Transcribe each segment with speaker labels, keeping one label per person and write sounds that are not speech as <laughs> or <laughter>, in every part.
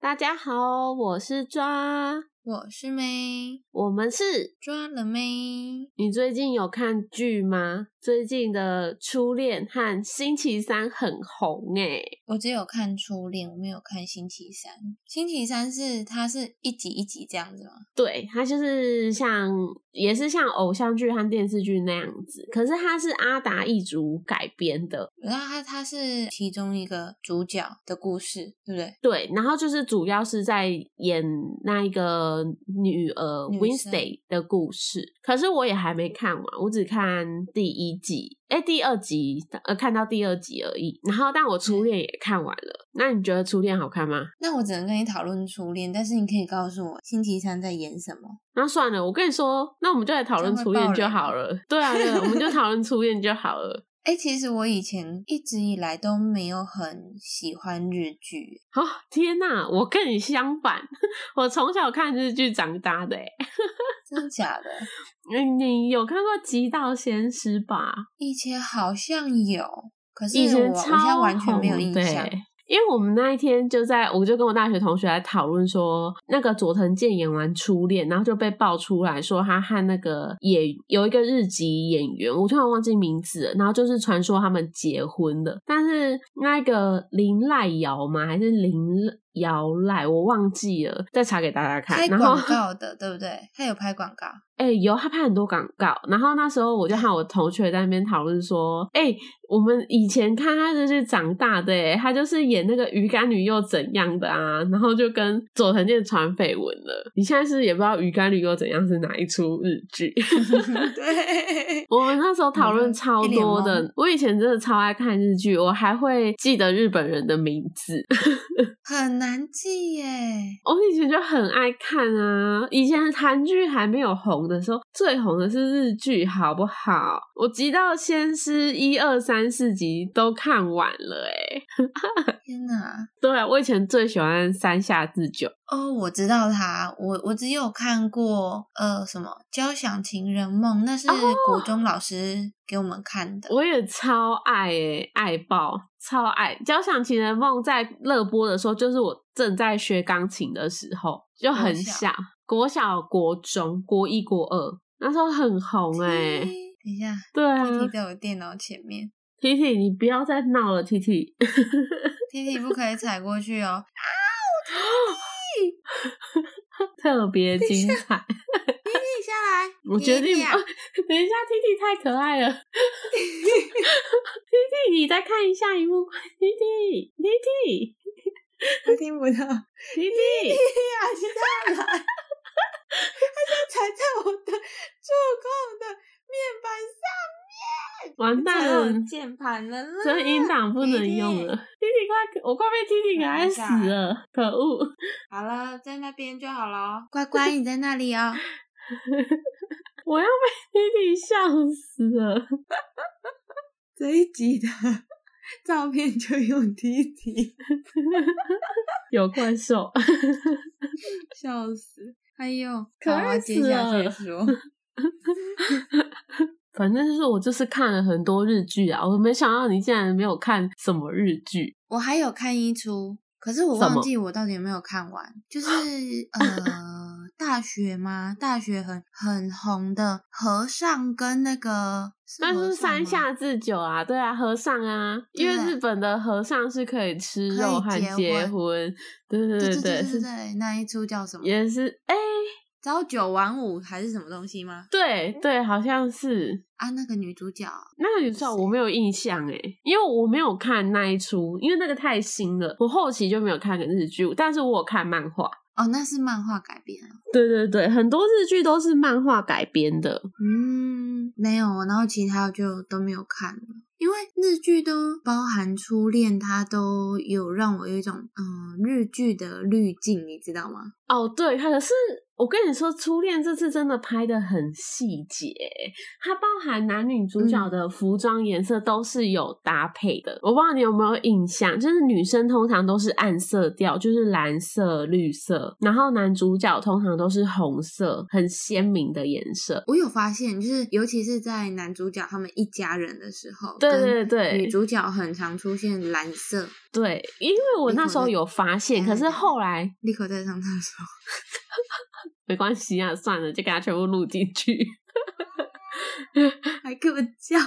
Speaker 1: 大家好，我是抓，
Speaker 2: 我是妹，
Speaker 1: 我们是。
Speaker 2: 抓了没？
Speaker 1: 你最近有看剧吗？最近的《初恋》和《星期三》很红欸诶、
Speaker 2: 我只有看初恋，我没有看星期三。星期三是它是一集一集这样子吗？
Speaker 1: 对，它就是像也是像偶像剧和电视剧那样子，可是它是阿达一族改编的，
Speaker 2: 然后它它是其中一个主角的故事，对不对？
Speaker 1: 对，然后就是主要是在演那一个女儿
Speaker 2: 女生
Speaker 1: Wednesday 的故事，可是我也还没看完，我只看第一季，哎，第二集，呃，看到第二集而已。然后，但我
Speaker 2: 嗯
Speaker 1: 初恋也看完了。那你觉得初恋好看吗？
Speaker 2: 那我只能跟你讨论初恋，但是你可以告诉我星期三在演什么？
Speaker 1: 那算了，我跟你说，那我们就来讨论
Speaker 2: 这样
Speaker 1: 初
Speaker 2: 会
Speaker 1: 恋
Speaker 2: 爆
Speaker 1: 就
Speaker 2: 雷
Speaker 1: 好了。对啊，对啊，我们就讨论初恋就好了。
Speaker 2: 哎，其实我以前一直以来都没有很喜欢日剧，
Speaker 1: 哦，天呐，我跟你相反，我从小看日剧长大的诶。欸
Speaker 2: 真的假的？
Speaker 1: 嗯你有看过《极道鲜师》吧？
Speaker 2: 以前好像有，可是
Speaker 1: 以
Speaker 2: 我
Speaker 1: 前
Speaker 2: 我
Speaker 1: 超
Speaker 2: 现在完全没有
Speaker 1: 红
Speaker 2: 印
Speaker 1: 的
Speaker 2: 象。
Speaker 1: 欸因为我们那一天就在，我就跟我大学同学来讨论说，那个佐藤健演完《初恋》，然后就被爆出来说他和那个演有一个日籍演员，我突然忘记名字了，然后就是传说他们结婚了，但是那个林濑遥吗？还是林遥濑？我忘记了，再查给大家看。
Speaker 2: 拍
Speaker 1: 然后
Speaker 2: 广告的，对不对？他有拍广告， <laughs>
Speaker 1: 哎、有他拍很多广告，然后那时候我就和我同学在那边讨论说，哎、我们以前看他就是长大的、欸，他就是演那个鱼干女又怎样的啊，然后就跟佐藤健传绯闻了。你现在是不是也不知道鱼干女又怎样是哪一出日剧？ <laughs>
Speaker 2: 对，
Speaker 1: 我们那时候讨论超多
Speaker 2: 一脸
Speaker 1: 的，我以前真的超爱看日剧，我还会记得日本人的名字。
Speaker 2: 很难记耶。
Speaker 1: 我以前就很爱看啊，以前韩剧还没有红的时候，最红的是日剧，好不好？我集到先是一二三四集都看完了、欸，诶
Speaker 2: 天哪！
Speaker 1: 对啊，我以前最喜欢三下智久，
Speaker 2: 哦，我知道他，我我只有看过呃什么《交响情人梦》，那是
Speaker 1: 哦
Speaker 2: 国中老师给我们看的。
Speaker 1: 我也超爱、欸，爱爆，超爱《交响情人梦》在热播的时候，就是我正在学钢琴的时候，就很小，国小、国中、国一、国二，那时候很红、欸，
Speaker 2: 嘿
Speaker 1: 诶
Speaker 2: 等一下，
Speaker 1: 对啊，
Speaker 2: 弟弟在我电脑前面，
Speaker 1: T T，你不要再闹了，T T。
Speaker 2: 弟弟不可以踩过去 <laughs> 哦。
Speaker 1: 特别精彩。
Speaker 2: 弟弟下来，
Speaker 1: 我决定，哦
Speaker 2: 弟弟啊
Speaker 1: 等一下，T T 太可爱了。T T，你再看一下一幕。T T T
Speaker 2: 他 <laughs> 听不到。
Speaker 1: T T T，
Speaker 2: 呀下来，他就踩在我的触控 <laughs> 的面板
Speaker 1: 完蛋了，
Speaker 2: 键盘了啦
Speaker 1: 这音档不能用了。T T 快，我快被 T T 给爱死了，可恶！
Speaker 2: 好了，在那边就好了。哦乖乖，你在那里哦。
Speaker 1: 我要被 T T 笑死了。
Speaker 2: 这一集的 <laughs> 照片就用 T T，
Speaker 1: 有怪兽， <laughs>
Speaker 2: 笑死！哎呦，
Speaker 1: 可
Speaker 2: 好啊
Speaker 1: 爱死
Speaker 2: 接下来
Speaker 1: 了
Speaker 2: 再说。
Speaker 1: 反正就是我就是看了很多日剧啊，我没想到你竟然没有看什么日剧。
Speaker 2: <laughs> 我还有看一出，可是我
Speaker 1: 什
Speaker 2: 忘
Speaker 1: 么
Speaker 2: 记我到底有没有看完。就是呃，大学吗？大学很很红的和尚跟那个
Speaker 1: 那
Speaker 2: 和
Speaker 1: 是
Speaker 2: 尚
Speaker 1: 山
Speaker 2: 吗
Speaker 1: 下智久啊，对啊，和尚啊，因为
Speaker 2: 对
Speaker 1: 日本的和尚是可以吃
Speaker 2: 可以
Speaker 1: 肉和
Speaker 2: 结
Speaker 1: 结
Speaker 2: 婚
Speaker 1: 婚，对对
Speaker 2: 对
Speaker 1: 对
Speaker 2: 对
Speaker 1: 是
Speaker 2: 对对，那一出叫什么？
Speaker 1: 也是哎、
Speaker 2: 朝九晚五还是什么东西吗？
Speaker 1: 对对，好像是
Speaker 2: 啊，那个女主角
Speaker 1: 那个女主角我没有印象哎，因为我没有看那一出，因为那个太新了，我后期就没有看日剧，但是我有看漫画。
Speaker 2: 哦，那是漫画改编啊。
Speaker 1: 对对对，很多日剧都是漫画改编的，
Speaker 2: 嗯，没有，然后其他就都没有看了。因为日剧都包含初恋，它都有让我有一种嗯日剧的滤镜，你知道吗？
Speaker 1: 哦，对，可是我跟你说，《初恋》这次真的拍的很细节，它包含男女主角
Speaker 2: 嗯
Speaker 1: 的服装颜色都是有搭配的。我不知道你有没有印象，就是女生通常都是暗色调，就是蓝色、绿色，然后男主角通常都是红色，很鲜明的颜色。
Speaker 2: 我有发现，就是尤其是在男主角他们一家人的时候，
Speaker 1: 对
Speaker 2: 跟
Speaker 1: 对对，
Speaker 2: 嗯女主角很常出现蓝色，
Speaker 1: 对，因为我那时候有发现，
Speaker 2: 你
Speaker 1: 可
Speaker 2: 可
Speaker 1: 是
Speaker 2: 能
Speaker 1: 后来
Speaker 2: 立刻在上厕所。
Speaker 1: 没关系啊，算了，就给它全部录进去。
Speaker 2: 还给我
Speaker 1: <laughs>
Speaker 2: 叫，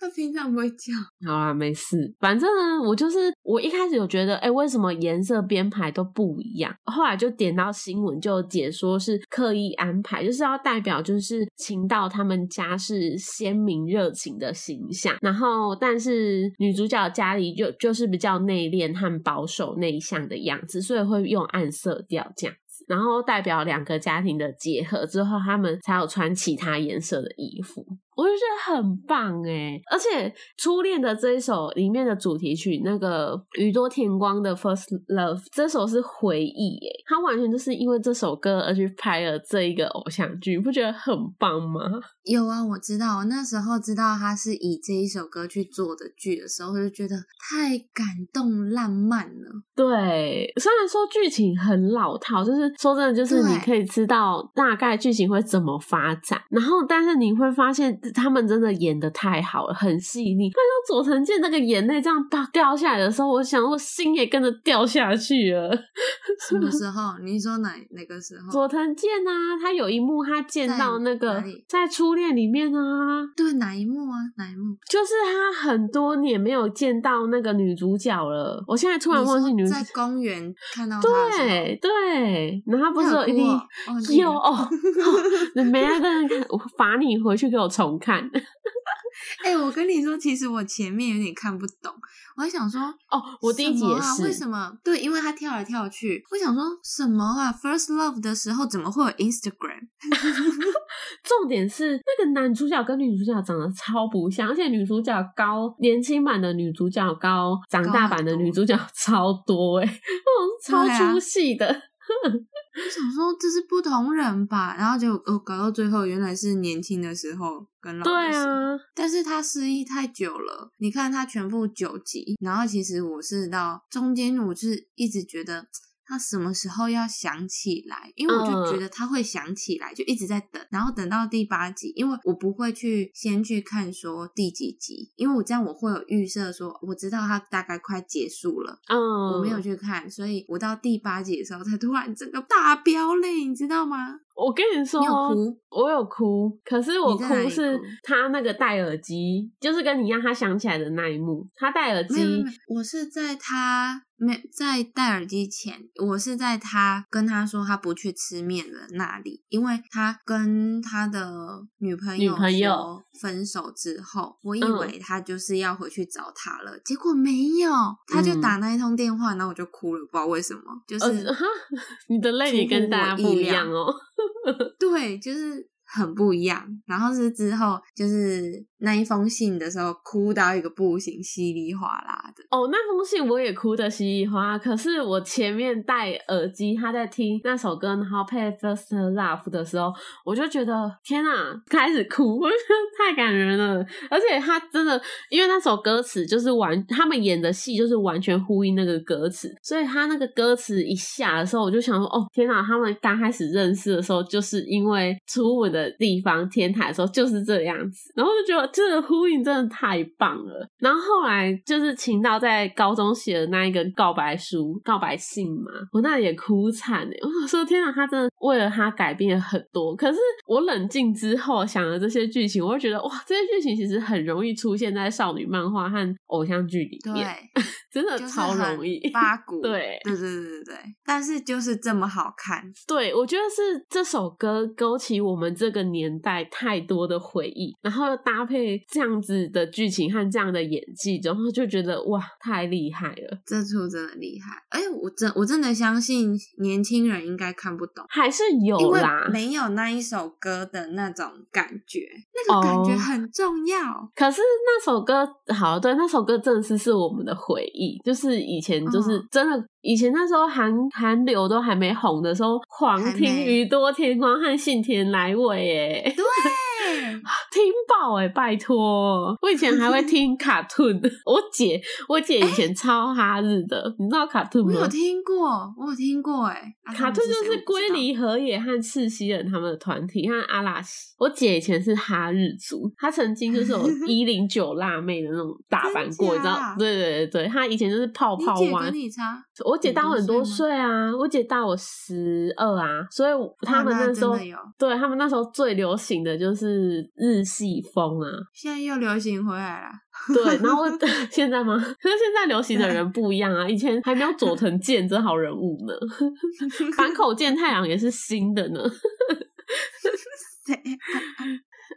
Speaker 2: 他平常不会叫。
Speaker 1: 好啦，没事，反正呢，我就是我一开始有觉得，哎、为什么颜色编排都不一样？后来就点到新闻就有解说是刻意安排，就是要代表就是情道他们家是鲜明热情的形象，然后但是女主角家里就就是比较内敛和保守内向的样子，所以会用暗色调这样。子，然后代表两个家庭的结合之后，他们才有穿其他颜色的衣服。我就觉得很棒哎，而且《初恋》的这一首里面的主题曲，那个宇多田光的《First Love》这首是回忆哎，他完全就是因为这首歌而去拍了这一个偶像剧，不觉得很棒吗？
Speaker 2: 有啊，我知道，我那时候知道他是以这一首歌去做的剧的时候，我就觉得太感动浪漫了。
Speaker 1: 对，虽然说剧情很老套，就是说真的，就是
Speaker 2: 对
Speaker 1: 你可以知道大概剧情会怎么发展，然后但是你会发现他们真的演的太好了，很细腻。看到佐藤健那个眼泪这样啪掉下来的时候，我想我心也跟着掉下去了。
Speaker 2: 什么时候？你说哪哪个时候？
Speaker 1: 佐藤健啊，他有一幕他见到那
Speaker 2: 在
Speaker 1: 个
Speaker 2: 哪里
Speaker 1: 在初恋里面啊，
Speaker 2: 对，哪一幕啊？哪一幕？
Speaker 1: 就是他很多年没有见到那个女主角了，我现在突然忘记
Speaker 2: 你
Speaker 1: 女
Speaker 2: 说
Speaker 1: 主
Speaker 2: 在公园看到他的时候，
Speaker 1: 对对，然后他不
Speaker 2: 他
Speaker 1: 是
Speaker 2: 有
Speaker 1: 有一
Speaker 2: 哭
Speaker 1: 定。
Speaker 2: 哦哦那个
Speaker 1: 有哦， <laughs> 你没那个看，我罚你回去给我重看
Speaker 2: 哎、我跟你说，其实我前面有点看不懂，我还想说，
Speaker 1: 哦。我第一集也
Speaker 2: 什么啊、为
Speaker 1: 是，
Speaker 2: 什么？对，因为他跳来跳去，我想说什么啊？First love 的时候怎么会有 Instagram？
Speaker 1: 重点是那个男主角跟女主角长得超不像，而且女主角高，年轻版的女主角高，长
Speaker 2: 高
Speaker 1: 大
Speaker 2: 很
Speaker 1: 版的
Speaker 2: 多
Speaker 1: 女主角超多 <laughs> 哎、哦，
Speaker 2: 对
Speaker 1: 超
Speaker 2: 啊
Speaker 1: 出戏的。
Speaker 2: 我想说这是不同人吧，然后就哦，搞到最后原来是年轻的时候跟老的
Speaker 1: 对
Speaker 2: 时候，
Speaker 1: 啊，
Speaker 2: 但是他失忆太久了，你看他全部九集，然后其实我是到中间我是一直觉得。他什么时候要想起来？因为我就
Speaker 1: 嗯
Speaker 2: 觉得他会想起来，就一直在等，然后等到第八集，因为我不会去先去看说第几集，因为我这样我会有预设说，我知道他大概快结束了，
Speaker 1: 嗯，
Speaker 2: 我没有去看，所以我到第八集的时候才突然整个大飙泪，你知道吗？
Speaker 1: 我跟你说，
Speaker 2: 你有哭？
Speaker 1: 我有哭，可是我
Speaker 2: 你在哪里
Speaker 1: 哭是
Speaker 2: 哭
Speaker 1: 他那个戴耳机，就是跟你一样，他想起来的那一幕，他戴耳
Speaker 2: 没有没有
Speaker 1: 机
Speaker 2: 没，有，我是在他没在戴耳机前，我是在他跟他说他不去吃面的那里，因为他跟他的女朋
Speaker 1: 女
Speaker 2: 友
Speaker 1: 朋友
Speaker 2: 说分手之后，我以
Speaker 1: 嗯
Speaker 2: 为他就是要回去找他了，结果没有，他就
Speaker 1: 嗯
Speaker 2: 打那一通电话，然后我就哭了，不知道为什么，就是、 <laughs>
Speaker 1: 呃， <laughs> 哈，你的泪点
Speaker 2: 出乎
Speaker 1: 跟大
Speaker 2: 我
Speaker 1: 家
Speaker 2: 意
Speaker 1: 不一
Speaker 2: 料
Speaker 1: 样哦。
Speaker 2: 对，就是很不一样。然后是之后就是那一封信的时候，哭到一个不行，稀里哗啦的。
Speaker 1: 哦，那封信我也哭得稀里哗啦，可是我前面戴耳机，他在听那首歌，然后配 First Love 的时候，我就觉得天啊，开始哭，我觉得太感人了。而且他真的，因为那首歌词就是完，他们演的戏就是完全呼应那个歌词，所以他那个歌词一下的时候，我就想说，哦，天啊，他们刚开始认识的时候，就是因为初吻的地方天台的时候就是这样子，然后就觉得这个呼应真的太棒了。然后后来就是秦道在高中写的那一个告白书、告白信嘛，我那也哭惨哎、 <laughs> 我想说天啊，他真的为了他改变了很多。可是我冷静之后想了这些剧情，我会觉得哇，这些剧情其实很容易出现在少女漫画和偶像剧里
Speaker 2: 对，
Speaker 1: 面，真 <laughs> 的
Speaker 2: 就是
Speaker 1: 超容易 <laughs>
Speaker 2: 很。八股。
Speaker 1: 对
Speaker 2: 对对对对对，但是就是这么好看。
Speaker 1: 对，我觉得是这首歌勾起我们这这个年代太多的回忆，然后搭配这样子的剧情和这样的演技，然后就觉得哇，太厉害了！
Speaker 2: 这出真的厉害，哎，我真我真的相信年轻人应该看不懂，
Speaker 1: 还是有
Speaker 2: 因为
Speaker 1: 啦，
Speaker 2: 没有那一首歌的那种感觉，那个感觉
Speaker 1: 哦
Speaker 2: 很重要。
Speaker 1: 可是那首歌好，对，那首歌真的是是我们的回忆，就是以前就是
Speaker 2: 嗯
Speaker 1: 真的，以前那时候韩韩流都还没红的时候，狂
Speaker 2: 还
Speaker 1: 听
Speaker 2: 没
Speaker 1: 宇多田光和信田来未，哎，
Speaker 2: 哎
Speaker 1: <laughs> 听爆哎、拜托！我以前
Speaker 2: <laughs>
Speaker 1: 还会听卡顿，我姐我姐以前超哈日的，你知道卡顿
Speaker 2: 我
Speaker 1: 吗
Speaker 2: 有？听过，我有听过、哎、啊，
Speaker 1: 嗯卡
Speaker 2: 他
Speaker 1: 顿
Speaker 2: 们
Speaker 1: 就
Speaker 2: 谁
Speaker 1: 是龟梨和也和赤西仁他们的团体，和阿拉西。我姐以前是哈日族，她曾经就是
Speaker 2: <laughs>
Speaker 1: 有一零九辣妹的那种打扮过，你
Speaker 2: 真
Speaker 1: 知道
Speaker 2: 假？
Speaker 1: 对对对对，她以前就是泡
Speaker 2: 我不知
Speaker 1: 泡
Speaker 2: 道，你姐
Speaker 1: 湾
Speaker 2: 跟。你差，
Speaker 1: 我姐大我很
Speaker 2: 很
Speaker 1: 多
Speaker 2: 多
Speaker 1: 岁
Speaker 2: 岁
Speaker 1: 啊，我姐大我十二啊，所以他们
Speaker 2: 哇
Speaker 1: 那
Speaker 2: 哦那
Speaker 1: 时候
Speaker 2: 真的有，
Speaker 1: 对他们那时候最流行的就是日系风啊，
Speaker 2: 现在又流行回
Speaker 1: <laughs>
Speaker 2: 来了。
Speaker 1: 对，然
Speaker 2: <laughs>
Speaker 1: 后现在吗？可是现在流行的人不一样啊，以前还没有佐藤健这好人物呢，坂
Speaker 2: <laughs>
Speaker 1: 口健太郎也是新的呢。
Speaker 2: 谁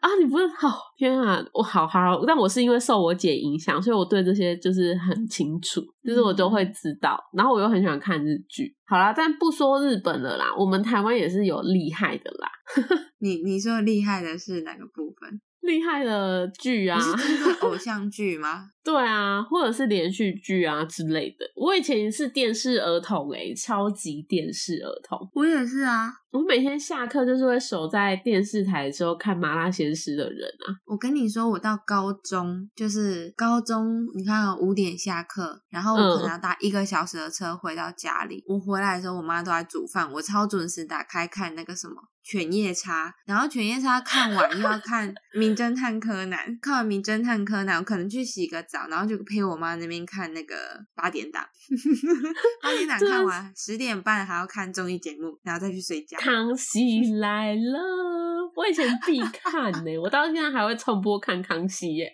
Speaker 1: 啊，你不是好、天啊！我好好，但我是因为受我姐影响，所以我对这些就是很清楚，就是我都会知道。然后我又很喜欢看日剧。好啦，但不说日本了啦，我们台湾也是有厉害的啦，
Speaker 2: 你你说厉害的是哪个部分？
Speaker 1: 厉害的剧
Speaker 2: <laughs>
Speaker 1: 啊
Speaker 2: 你，是针对偶像剧吗？
Speaker 1: 对啊，或者是连续剧啊之类的。我以前是电视儿童诶、超级电视儿童。
Speaker 2: 我也是啊，
Speaker 1: 我每天下课就是会守在电视台的时候看《麻辣鲜师》的人啊。
Speaker 2: 我跟你说，我到高中就是高中，你看哦五点下课，然后
Speaker 1: 嗯
Speaker 2: 我可能要搭一个小时的车回到家里。我回来的时候，我妈都在煮饭，我超准时打开看那个什么《犬夜叉》，然后《犬夜叉》看完又要看《名侦探柯南》，看完《名侦探柯南》，我可能去洗个澡，然后就陪我妈那边看那个八点档，八点档
Speaker 1: 真的
Speaker 2: 看完十点半还要看综艺节目，然后再去睡觉。
Speaker 1: 康熙来了，我以前必看呢、我到现在还会重播看康熙耶、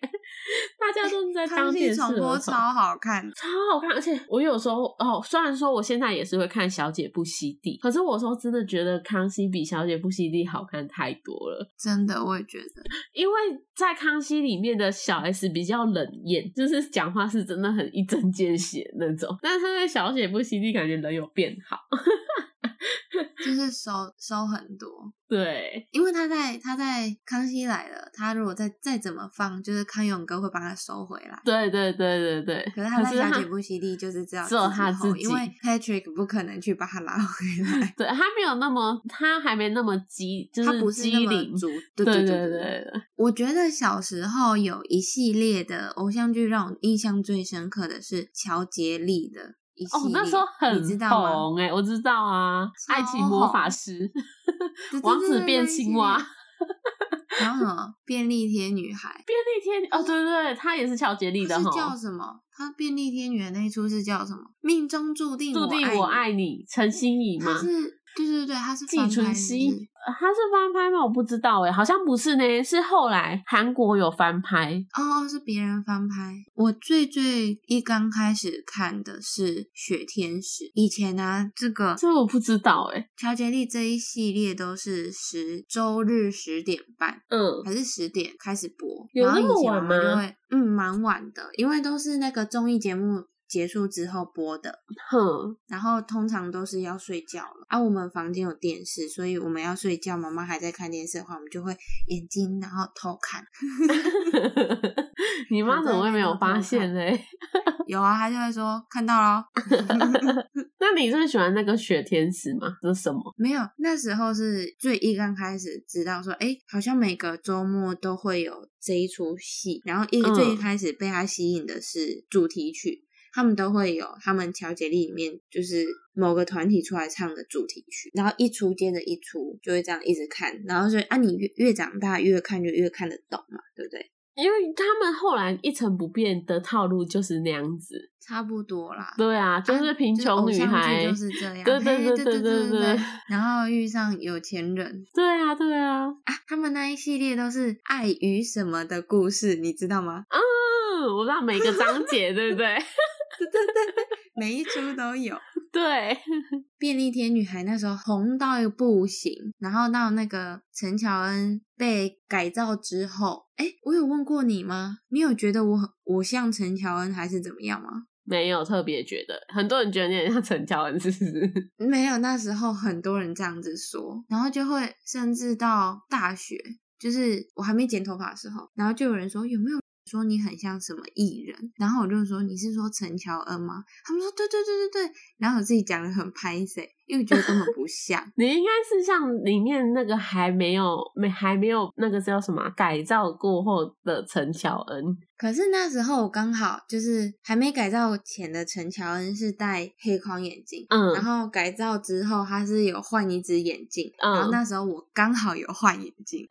Speaker 1: 大家都是在当
Speaker 2: 康
Speaker 1: 电
Speaker 2: 熙
Speaker 1: 视
Speaker 2: 重
Speaker 1: 儿
Speaker 2: 播
Speaker 1: 童，
Speaker 2: 超好看，
Speaker 1: 超好看，而且我有时候哦，虽然说我现在也是会看《小姐不熙娣》，可是我说真的觉得康熙比《小姐不熙娣》好看太多了，
Speaker 2: 真的，我也觉得。
Speaker 1: 因为在康熙里面的小 S 比较冷艳，就是讲话是真的很一针见血那种，但是她在《小姐不熙娣》感觉人有变好，
Speaker 2: 就是收收很多，
Speaker 1: 对，
Speaker 2: 因为他在他在《康熙来了》，他如果再再怎么放，就是康永哥会帮他收回来。
Speaker 1: 对对对对对，
Speaker 2: 可是他在《
Speaker 1: 她
Speaker 2: 小姐不熙娣》就是这样，
Speaker 1: 只有他自己
Speaker 2: 因为 Patrick 不可能去把他拉回来，
Speaker 1: 对，他没有那么，他还没那么激，就
Speaker 2: 他不是那
Speaker 1: 机灵
Speaker 2: 么。主。
Speaker 1: 对
Speaker 2: 对
Speaker 1: 对
Speaker 2: 对对
Speaker 1: 对，
Speaker 2: 我觉得小时候有一系列的偶像剧让我印象最深刻的是乔杰利的一系
Speaker 1: 哦，
Speaker 2: 列，
Speaker 1: 那时候很
Speaker 2: 你知道吗？
Speaker 1: 红哎、我知道啊，《爱情
Speaker 2: 超
Speaker 1: 魔
Speaker 2: 红
Speaker 1: 法师》 <laughs>
Speaker 2: 对对对
Speaker 1: 王子
Speaker 2: 对
Speaker 1: 变
Speaker 2: 那一系
Speaker 1: 青蛙
Speaker 2: 列然后什么便利贴女孩，
Speaker 1: 便利贴哦，对对对，他也是乔杰利的
Speaker 2: 它是叫
Speaker 1: 哈，
Speaker 2: 什么？他便利贴女的那一出是叫什么？命中注定
Speaker 1: 注定我
Speaker 2: 我
Speaker 1: 爱你，陈欣怡
Speaker 2: 你。
Speaker 1: 嘛
Speaker 2: 他，是对对对，他是
Speaker 1: 季
Speaker 2: 翻拍哦
Speaker 1: 纯
Speaker 2: 是不
Speaker 1: 熙
Speaker 2: 是
Speaker 1: 呃他是翻拍吗？我不知道哎、好像不是呢，是后来韩国有翻拍，
Speaker 2: 哦，是别人翻拍。我最最一刚开始看的是《雪天使》，以前呢、啊，这个
Speaker 1: 这我不知道哎、
Speaker 2: 乔杰利这一系列都是十周日十点半
Speaker 1: 嗯，
Speaker 2: 还是十点开始播，
Speaker 1: 有
Speaker 2: 然后
Speaker 1: 那么
Speaker 2: 以前
Speaker 1: 晚
Speaker 2: 妈妈就
Speaker 1: 吗
Speaker 2: 会嗯，蛮晚的，因为都是那个综艺节目结束之后播的。 <laughs>
Speaker 1: 哼， <laughs>
Speaker 2: 然后通常都是要睡觉了啊。我们房间有电视，所以我们要睡觉，妈妈还在看电视的话，我们就会眼睛然后偷看。
Speaker 1: 你妈
Speaker 2: 我
Speaker 1: 怎么
Speaker 2: 在
Speaker 1: 会没
Speaker 2: 那
Speaker 1: 有
Speaker 2: 偷
Speaker 1: 发
Speaker 2: 看
Speaker 1: 现嘞？
Speaker 2: 有啊，她就会说看到咯。
Speaker 1: 那你最喜欢那个雪天使吗？这是什么？
Speaker 2: 没有，那时候是最一刚开始知道说，哎，好像每个周末都会有这一出戏。然后一、
Speaker 1: 嗯
Speaker 2: 最一开始被他吸引的是主题曲，他们都会有他们乔杰利里面就是某个团体出来唱的主题曲，然后一出接着一出，就会这样一直看。然后所以啊，你越越长大越看就越看得懂嘛，对不对？
Speaker 1: 因为他们后来一成不变的套路就是那样子，
Speaker 2: 差不多啦。
Speaker 1: 对啊，就是贫穷女孩，
Speaker 2: 就是偶像剧就是这样，
Speaker 1: 对对
Speaker 2: 嘿
Speaker 1: 对
Speaker 2: 对
Speaker 1: 对对
Speaker 2: 对
Speaker 1: 对，
Speaker 2: 然后遇上有钱人，
Speaker 1: 对啊，对啊，
Speaker 2: 啊，他们那一系列都是爱与什么的故事，你知道吗？ <laughs>
Speaker 1: 嗯，我知道每个章节对不对？ <laughs>
Speaker 2: 对对对，每一出都有。
Speaker 1: 对，
Speaker 2: 便利贴女孩那时候红到一个不行，然后到那个陈乔恩被改造之后，哎，我有问过你吗？你有觉得我很我像陈乔恩还是怎么样吗？
Speaker 1: 没有特别觉得，很多人觉得你很像陈乔恩，是不是？ <laughs>。
Speaker 2: 没有，那时候很多人这样子说，然后就会甚至到大学，就是我还没剪头发的时候，然后就有人说有没有说你很像什么艺人？然后我就说你是说陈乔恩吗？他们说对对对对对，然后我自己讲的很拍谁，因为我觉得根本不像 <laughs>
Speaker 1: 你应该是像里面那个还没有没还没有那个叫什么啊改造过后的陈乔恩，
Speaker 2: 可是那时候我刚好就是还没改造前的陈乔恩是戴黑框眼镜，
Speaker 1: <laughs> 嗯
Speaker 2: 然后改造之后他是有换一只眼镜，
Speaker 1: 嗯
Speaker 2: 然后那时候我刚好有换眼镜，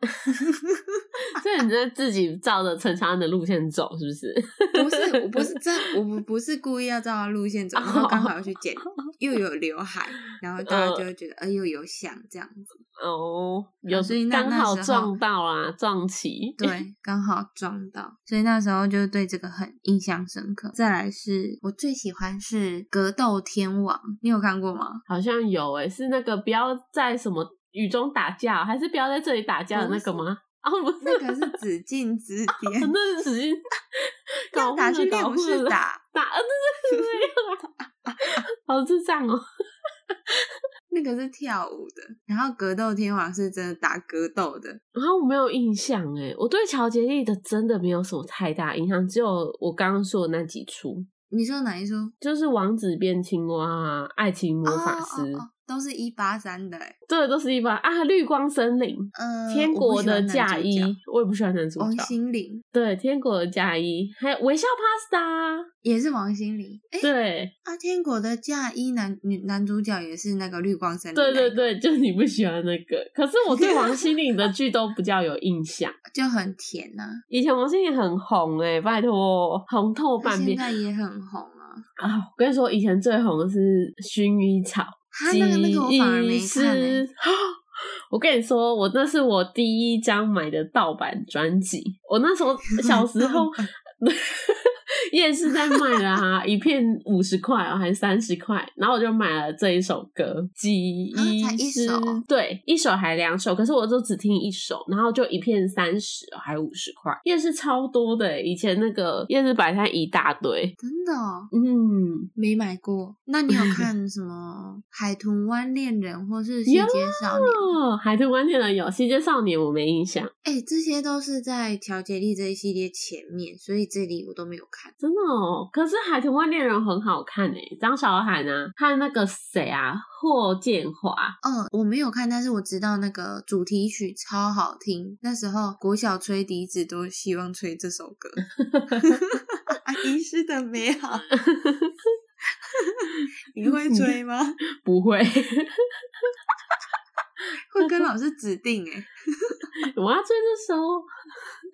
Speaker 1: 所以你在自己照着陈乔恩的路线走，是不是？
Speaker 2: 不是，我不是真，我不不是故意要照他路线走，然后刚好要去剪，
Speaker 1: 哦
Speaker 2: 又有刘海，然
Speaker 1: 嗯
Speaker 2: 后大家就会觉得，哎、呦有像这样子，
Speaker 1: 哦，有
Speaker 2: 啊所以那
Speaker 1: 刚好
Speaker 2: 那时候
Speaker 1: 撞到啦，撞齐。
Speaker 2: 对，刚好撞到，所以那时候就对这个很印象深刻。再来是我最喜欢是《格斗天王》，你有看过吗？
Speaker 1: 好像有诶、是那个不要在什么雨中打架哦，还是不要在这里打架的那个吗？哦，不是，
Speaker 2: 那个是紫禁之
Speaker 1: 哦
Speaker 2: 巅，
Speaker 1: 那是只是 <laughs> 搞
Speaker 2: <laughs> 要
Speaker 1: 混
Speaker 2: 打
Speaker 1: 了
Speaker 2: 去练
Speaker 1: 搞
Speaker 2: 武
Speaker 1: 混
Speaker 2: 室
Speaker 1: 了
Speaker 2: 打，
Speaker 1: 打，啊对对对对， <laughs> 好智障哦！
Speaker 2: 那个是跳舞的，然后《格斗天王》是真的打格斗的，
Speaker 1: 然后我没有印象诶，我对乔杰利的真的没有什么太大印象，只有我刚刚说的那几出，
Speaker 2: 你说哪一出？
Speaker 1: 就是《王子变青蛙》啊，《爱情魔法师》
Speaker 2: 哦哦哦、都是一八三的、欸，
Speaker 1: 这都是一般啊，《绿光森林》
Speaker 2: 呃，
Speaker 1: 天
Speaker 2: 我不
Speaker 1: 国
Speaker 2: 喜欢
Speaker 1: 的
Speaker 2: 男主
Speaker 1: 嫁衣
Speaker 2: 角》，哦
Speaker 1: 我也不喜欢男主
Speaker 2: 王
Speaker 1: 角。
Speaker 2: 心凌
Speaker 1: 对，天国的嫁衣，还有微笑 pasta，
Speaker 2: 也是王心凌。哎、
Speaker 1: 对
Speaker 2: 啊，天国的嫁衣男女男主角也是那个绿光森林，
Speaker 1: 对对，对，就你不喜欢那个。可是我对王心凌的剧都比较有印
Speaker 2: <laughs>
Speaker 1: 象，
Speaker 2: 就很甜呐、
Speaker 1: 以前王心凌很红哎、拜托，红透
Speaker 2: 啊，
Speaker 1: 半
Speaker 2: 现
Speaker 1: 边
Speaker 2: 在也很红啊。
Speaker 1: 啊！我跟你说，以前最红的是薰衣草，
Speaker 2: 他啊那个那个我反而没看、欸
Speaker 1: 是， <gasps> 我跟你说，我那是我第一张买的盗版专辑。我那
Speaker 2: <laughs>
Speaker 1: 时候小时候， <laughs> 夜市在卖的啊，一片五十块啊，还是三十块，然后我就买了这一首歌《记忆
Speaker 2: 啊才一
Speaker 1: 是
Speaker 2: 首》，
Speaker 1: 对，一首还两首，可是我都只听一首，然后就一片三十哦还五十块，夜市超多的欸、以前那个夜市摆摊一大堆，
Speaker 2: 真的哦，
Speaker 1: 嗯，
Speaker 2: 没买过。那
Speaker 1: <laughs>
Speaker 2: 你有看什么《海豚湾恋人》或是《西
Speaker 1: 有
Speaker 2: 街少年》吗？
Speaker 1: 哦，海豚湾恋人有，西街少年我没印象。
Speaker 2: 哎、这些都是在乔杰利这一系列前面，所以这里我都没有看。
Speaker 1: 真的哦，可是《海豚湾恋人》很好看诶，张韶涵啊，和那个谁啊，霍建华， <laughs>
Speaker 2: 嗯，我没有看，但是我知道那个主题曲超好听。那时候国小吹笛子都希望吹这首
Speaker 1: <laughs>
Speaker 2: 歌，遗失的美好。你会吹吗？
Speaker 1: 不会， <laughs>
Speaker 2: 会跟老师指定哎、
Speaker 1: 我要追这首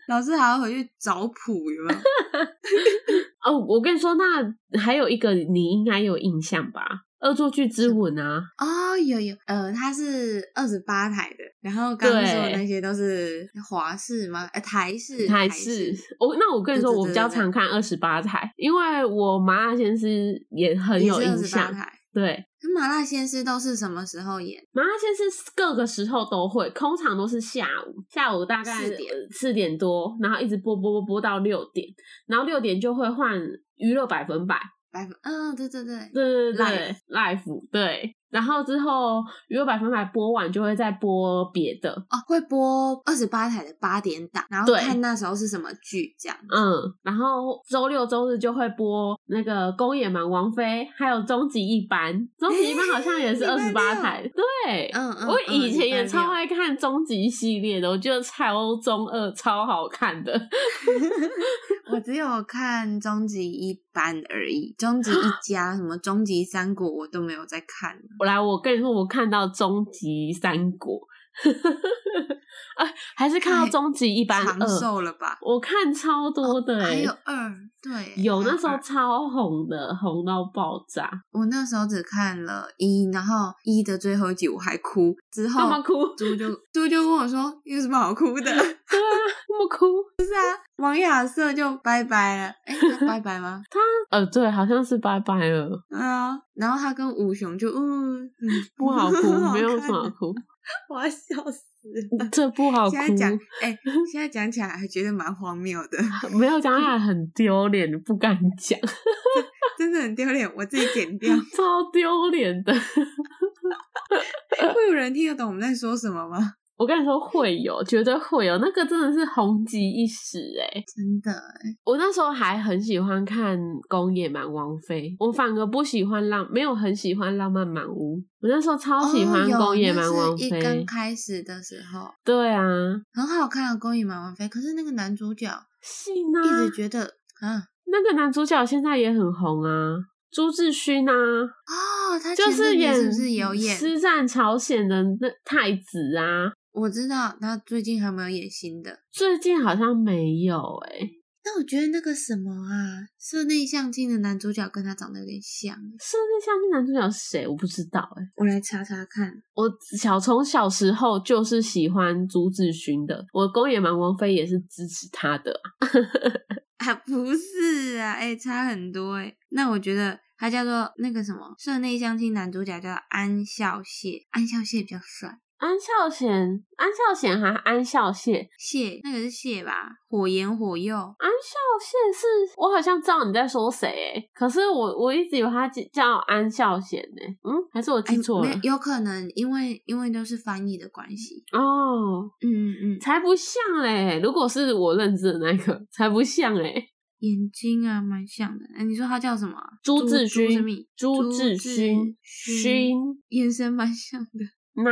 Speaker 2: 老师还要回去找谱，有没有？
Speaker 1: 哦。我跟你说，那还有一个你应该有印象吧，《恶作剧之吻》啊，
Speaker 2: 哦，有有，呃，它是二十八台的，然后刚刚说的
Speaker 1: 对
Speaker 2: 那些都是华视吗？呃，台视，
Speaker 1: 台
Speaker 2: 视
Speaker 1: 式。我哦那我跟你说，
Speaker 2: 对对对
Speaker 1: 我比较常看二十八台，因为我麻辣鲜师也很有
Speaker 2: 也
Speaker 1: 印
Speaker 2: 是28
Speaker 1: 象。
Speaker 2: 台。
Speaker 1: 对，
Speaker 2: 那麻辣鲜师都是什么时候演？
Speaker 1: 麻辣鲜师各个时候都会，通常都是下午，下午大概
Speaker 2: 4点
Speaker 1: 呃4点多，然后一直播播播播到六点，然后六点就会换娱乐百分百，
Speaker 2: 百分，嗯、对对对，
Speaker 1: 对对对，life 对，然后之后娱乐百分百播完就会再播别的，
Speaker 2: 哦，会播二十八台的八点档，然后
Speaker 1: 对
Speaker 2: 看那时候是什么剧这样。
Speaker 1: 嗯，然后周六周日就会播那个公演满王妃，还有终极一班，终极一班好像也是
Speaker 2: 诶
Speaker 1: 二
Speaker 2: <laughs> 礼
Speaker 1: 十
Speaker 2: 拜六
Speaker 1: 八台，对，
Speaker 2: 嗯嗯，
Speaker 1: 我
Speaker 2: 嗯
Speaker 1: 以前也
Speaker 2: 礼拜
Speaker 1: 超
Speaker 2: 六
Speaker 1: 爱看终极系列的，我觉得超中二超好看的。
Speaker 2: 我只有看终极一班而已，
Speaker 1: <laughs>
Speaker 2: 终极一家什么终极三国我都没有在看。
Speaker 1: 我来，我跟你说，我看到终极三国， <laughs> 哎，还是看到
Speaker 2: 太
Speaker 1: 终极一般
Speaker 2: 长
Speaker 1: 二，
Speaker 2: 寿了吧？
Speaker 1: 我看超多的、
Speaker 2: 还
Speaker 1: 欸
Speaker 2: 有嗯二，对，
Speaker 1: 有
Speaker 2: 还
Speaker 1: 那时候
Speaker 2: 二
Speaker 1: 超红的，红到爆炸，
Speaker 2: 我那时候只看了一，然后一的最后一集我还哭，之
Speaker 1: 干嘛
Speaker 2: 后
Speaker 1: 哭？
Speaker 2: 猪就猪就问我说有什么好哭的？ <laughs>
Speaker 1: 对啊，么哭？
Speaker 2: 王亚瑟就拜拜了，哎、他拜拜吗？
Speaker 1: 呃，对，好像是拜拜了，
Speaker 2: 对啊，然后他跟五雄就嗯，嗯
Speaker 1: <laughs> 不好
Speaker 2: <laughs>
Speaker 1: 哭，没有什
Speaker 2: 看
Speaker 1: 么好哭，
Speaker 2: 我要笑死了。
Speaker 1: 这不好哭
Speaker 2: 现，在讲，哎、现在讲起来还觉得蛮荒谬的， <laughs>
Speaker 1: 没有讲起来很丢脸，不敢讲，
Speaker 2: 真的很丢脸，我自己剪
Speaker 1: <laughs>
Speaker 2: 掉。
Speaker 1: 超丢脸的。
Speaker 2: 会有人听得懂我们在说什么吗？ <laughs>
Speaker 1: 我跟你说会有，绝对会有，那个真的是红极一时哎、
Speaker 2: 真的，
Speaker 1: 我那时候还很喜欢看宫野蛮王妃，我反而不喜欢浪，没有很喜欢浪漫满屋。我那时候超喜
Speaker 2: 哦
Speaker 1: 欢
Speaker 2: 有
Speaker 1: 宫野
Speaker 2: 那
Speaker 1: 蛮
Speaker 2: 是
Speaker 1: 王
Speaker 2: 一
Speaker 1: 妃，
Speaker 2: 刚开始的时候
Speaker 1: 对啊，
Speaker 2: 很好看的《公益满王妃》，可是那个男主角
Speaker 1: 是
Speaker 2: 一直
Speaker 1: 呢，
Speaker 2: 觉得啊。
Speaker 1: 那个男主角现在也很红啊，朱智勋啊，
Speaker 2: 哦，他
Speaker 1: 就
Speaker 2: 前阵子
Speaker 1: 演
Speaker 2: 是不是有演？
Speaker 1: 师战朝鲜的那太子啊，
Speaker 2: 我知道他最近还没有演新的。
Speaker 1: 最近好像没有哎、
Speaker 2: 那我觉得那个什么啊，室内相亲的男主角跟他长得有点像。欸
Speaker 1: 是那相亲男主角是谁？我不知道哎、
Speaker 2: 我来查查看。
Speaker 1: 我小从小时候就是喜欢朱志勋的，我宫野蛮王妃也是支持他的啊、
Speaker 2: 啊，不是啊，哎、差很多哎、那我觉得他叫做那个什么，室内相亲男主角叫安孝燮，安孝燮比较帅。
Speaker 1: 安孝贤，安孝贤还安孝燮，
Speaker 2: 燮那个是燮吧？火炎火佑，
Speaker 1: 安孝燮是我好像知道你在说谁诶、可是我我一直以为他叫叫安孝贤呢、嗯，还是我
Speaker 2: 哎
Speaker 1: 记错了
Speaker 2: 没？有有可能因为因为都是翻译的关系。
Speaker 1: 哦，
Speaker 2: 嗯嗯嗯，
Speaker 1: 才不像嘞、如果是我认知的那个，才不像嘞、
Speaker 2: 眼睛啊蛮像的。哎、你说他叫什么啊？
Speaker 1: 朱志
Speaker 2: 朱什
Speaker 1: 勋
Speaker 2: 么，
Speaker 1: 朱志勋，
Speaker 2: 勋，
Speaker 1: 勋
Speaker 2: 眼神蛮像的。
Speaker 1: 哪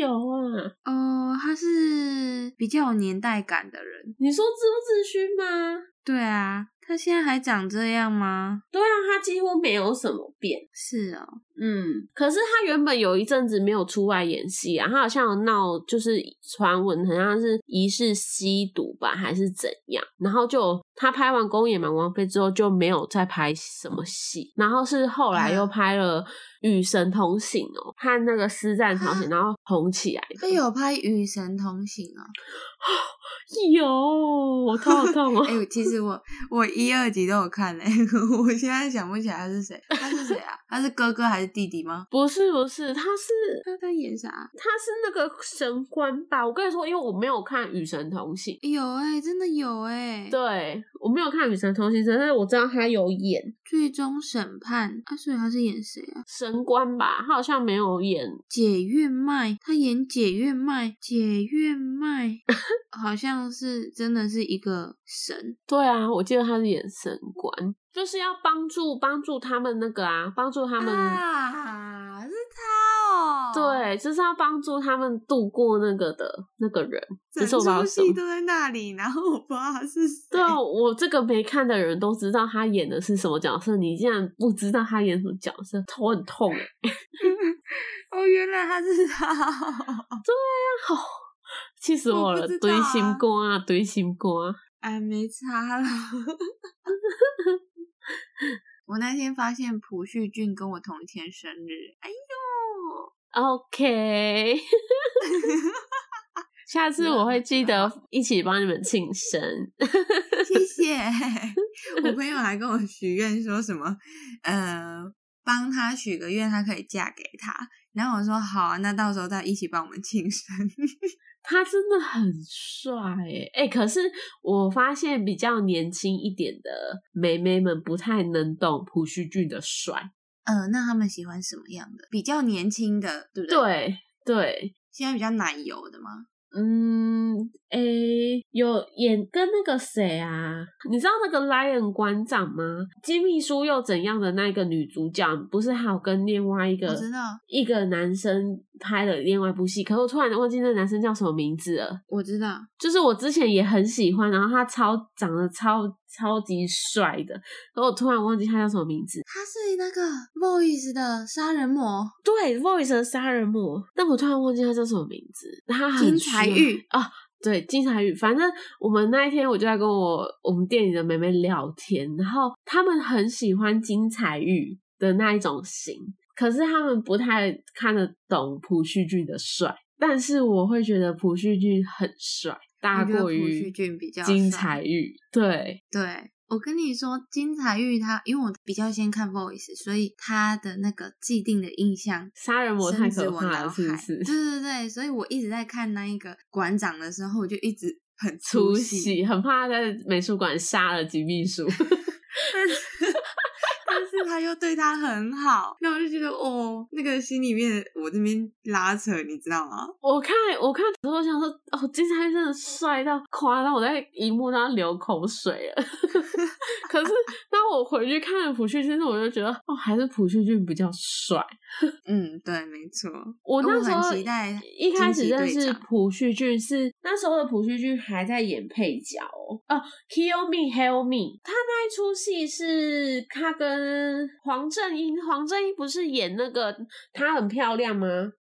Speaker 1: 有啊？
Speaker 2: 哦，他是比较有年代感的人。
Speaker 1: 你说朱志勋吗？
Speaker 2: 对啊，他现在还长这样吗？
Speaker 1: 对啊，他几乎没有什么变。
Speaker 2: 是哦，
Speaker 1: 嗯，可是他原本有一阵子没有出来演戏啊，他好像有闹，就是传闻好像是疑似吸毒吧，还是怎样？然后就他拍完《公演满王妃》之后就没有再拍什么戏，然后是后来又拍了《与神同行》哦，和那个《师战朝鲜》，然后红起来的。
Speaker 2: 他有拍《与神同行》 <laughs> 哦。
Speaker 1: 有，我头好痛哦
Speaker 2: <laughs> 哎、。其实我我一二集都有看嘞、 <laughs> 我现在想不起来他是谁，他是谁啊？他是哥哥还是弟弟吗？
Speaker 1: 不是不是，他是
Speaker 2: 他在演啥？啊
Speaker 1: 他是那个神官吧？我跟你说，因为我没有看《与神同行》，
Speaker 2: 有哎、真的有哎、
Speaker 1: 对，我没有看《与神同行》，但是我知道他有演
Speaker 2: 最终审判啊，所以他是演谁啊？
Speaker 1: 神官吧，他好像没有演。
Speaker 2: 解月麦，他演解月麦，解月麦好像是真的是一个神，
Speaker 1: 对啊，我记得他是演神官，就是要帮助帮助他们那个啊，帮助他们。
Speaker 2: 啊，是他哦，，
Speaker 1: 对，就是要帮助他们度过那个的那个人，只
Speaker 2: 整
Speaker 1: 是我不知道
Speaker 2: 出
Speaker 1: 他什么
Speaker 2: 戏都在那里， <laughs> 然后我不知道他是谁，
Speaker 1: 对啊，我这个没看的人都知道他演的是什么角色，你竟然不知道他演什么角色，头很痛哎、
Speaker 2: 哦，原来他哦是他
Speaker 1: 好，气死我
Speaker 2: 我不
Speaker 1: 了！
Speaker 2: 知
Speaker 1: 堆
Speaker 2: 道
Speaker 1: 心
Speaker 2: 啊
Speaker 1: 肝啊，堆心肝啊！
Speaker 2: 哎，没差了。我那天发现朴叙俊跟我同一天生日，哎呦， <laughs>
Speaker 1: OK，下次我会记得一起帮你们庆生。
Speaker 2: 谢
Speaker 1: <laughs>
Speaker 2: 谢。我朋友还跟我许愿说什么，呃，帮他许个愿，他可以嫁给他。然后我说好啊，那到时候再一起帮我们庆生。
Speaker 1: 他真的很帅诶、哎、可是我发现比较年轻一点的妹妹们不太能懂朴叙俊的帅。
Speaker 2: 呃，那他们喜欢什么样的？比较年轻的，对不对？，
Speaker 1: 对对，
Speaker 2: 现在比较奶油的吗？
Speaker 1: 嗯，诶、有演跟那个谁啊？你知道那个 Lion 馆长吗？金秘书又怎样的那个女主角，不是还有跟另外一个
Speaker 2: 我知道
Speaker 1: 一个男生拍了另外一部戏，可是我突然忘记那男生叫什么名字了。
Speaker 2: 我知道，
Speaker 1: 就是我之前也很喜欢，然后他超长得超超级帅的，然后我突然忘记他叫什么名字。
Speaker 2: 他是那个 Voice 的杀人魔
Speaker 1: 对，Voice 的杀人魔，但我突然忘记他叫什么名字。他很
Speaker 2: 金
Speaker 1: 帅
Speaker 2: 财玉
Speaker 1: 啊，对，金财玉。反正我们那一天我就在跟我我们店里的妹妹聊天，然后他们很喜欢金财玉的那一种型，可是他们不太看得懂朴叙俊的帅。但是我会觉得朴叙俊很帅，大
Speaker 2: 我觉得
Speaker 1: 过
Speaker 2: 朴
Speaker 1: 于
Speaker 2: 叙俊比较
Speaker 1: 金
Speaker 2: 帅
Speaker 1: 彩玉。对，
Speaker 2: 对，我跟你说，金彩玉她，因为我比较先看 Voice，所以她的那个既定的印象
Speaker 1: 杀人魔太
Speaker 2: 深植
Speaker 1: 可
Speaker 2: 我
Speaker 1: 怕
Speaker 2: 脑
Speaker 1: 了，
Speaker 2: 海。
Speaker 1: 是不是
Speaker 2: 对？对对，所以我一直在看那一个馆长的时候，我就一直很
Speaker 1: 出
Speaker 2: 戏。
Speaker 1: 戏，很怕他在美术馆杀了吉秘书。
Speaker 2: 但是 <laughs> 但是他又对他很好，那我就觉得哦，那个心里面我这边拉扯，你知道吗？
Speaker 1: 我看我看的时候想说，哦，金彩玉真的帅到夸到我在荧幕上流口水了。 <laughs> 可是当我回去看朴叙俊，我就觉得，哦，还是朴叙俊比较帅。
Speaker 2: 嗯，对，没错。
Speaker 1: 我那时候
Speaker 2: 哦很期待
Speaker 1: 一开始
Speaker 2: 惊奇
Speaker 1: 认
Speaker 2: 队
Speaker 1: 识
Speaker 2: 长
Speaker 1: 朴叙俊是那时候的朴叙俊还在演配角哦，哦，Kill Me Help Me，他那一出戏是他跟黄正英，黄正英不是演那个她很漂亮吗？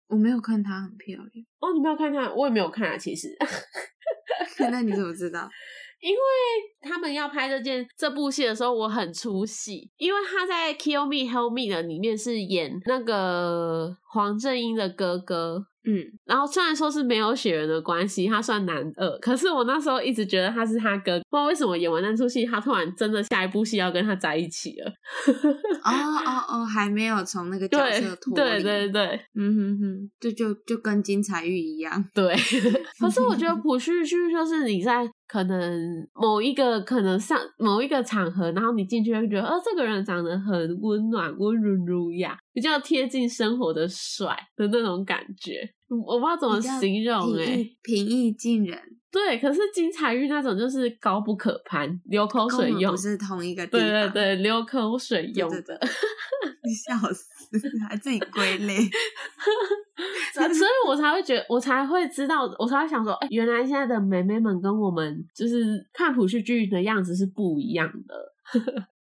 Speaker 2: 我没有看她很漂亮， <laughs>
Speaker 1: 哦，你没有看他，我也没有看啊，其实。
Speaker 2: 那你怎么知
Speaker 1: <laughs>
Speaker 2: 道？
Speaker 1: 因为他们要拍这件这部戏的时候，我很出戏，因为他在《Kill Me Help Me》的里面是演那个黄正英的哥哥。
Speaker 2: 嗯，
Speaker 1: 然后虽然说是没有血缘的关系，他算男二，可是我那时候一直觉得他是他哥，不知道为什么演完那出戏，他突然真的下一部戏要跟他在一起了。
Speaker 2: 哦哦哦，还没有从那个角
Speaker 1: 对
Speaker 2: 色脱
Speaker 1: 对
Speaker 2: 离。
Speaker 1: 对对
Speaker 2: 嗯哼哼，这就就跟金彩玉一样，
Speaker 1: 对，可是我觉得朴叙俊就是你在可能某一个可能上某一个场合，然后你进去会觉得，哦，这个人长得很温暖、温润儒雅，比较贴近生活的帅的那种感觉。嗯我不知道怎么
Speaker 2: 比较
Speaker 1: 形容
Speaker 2: 平
Speaker 1: 哎、
Speaker 2: 易平易近人，
Speaker 1: 对，可是金彩玉那种就是高不可攀，流口
Speaker 2: 跟我
Speaker 1: 水
Speaker 2: 们
Speaker 1: 用
Speaker 2: 不，是同一个地
Speaker 1: 对对
Speaker 2: 方，
Speaker 1: 对，流口水用
Speaker 2: 对
Speaker 1: 的。
Speaker 2: 笑死，还自己归类，
Speaker 1: 所以所以我才会觉得，我才会知道，我才会想说，哎、原来现在的妹妹们跟我们就是看朴叙俊的样子是不一样的。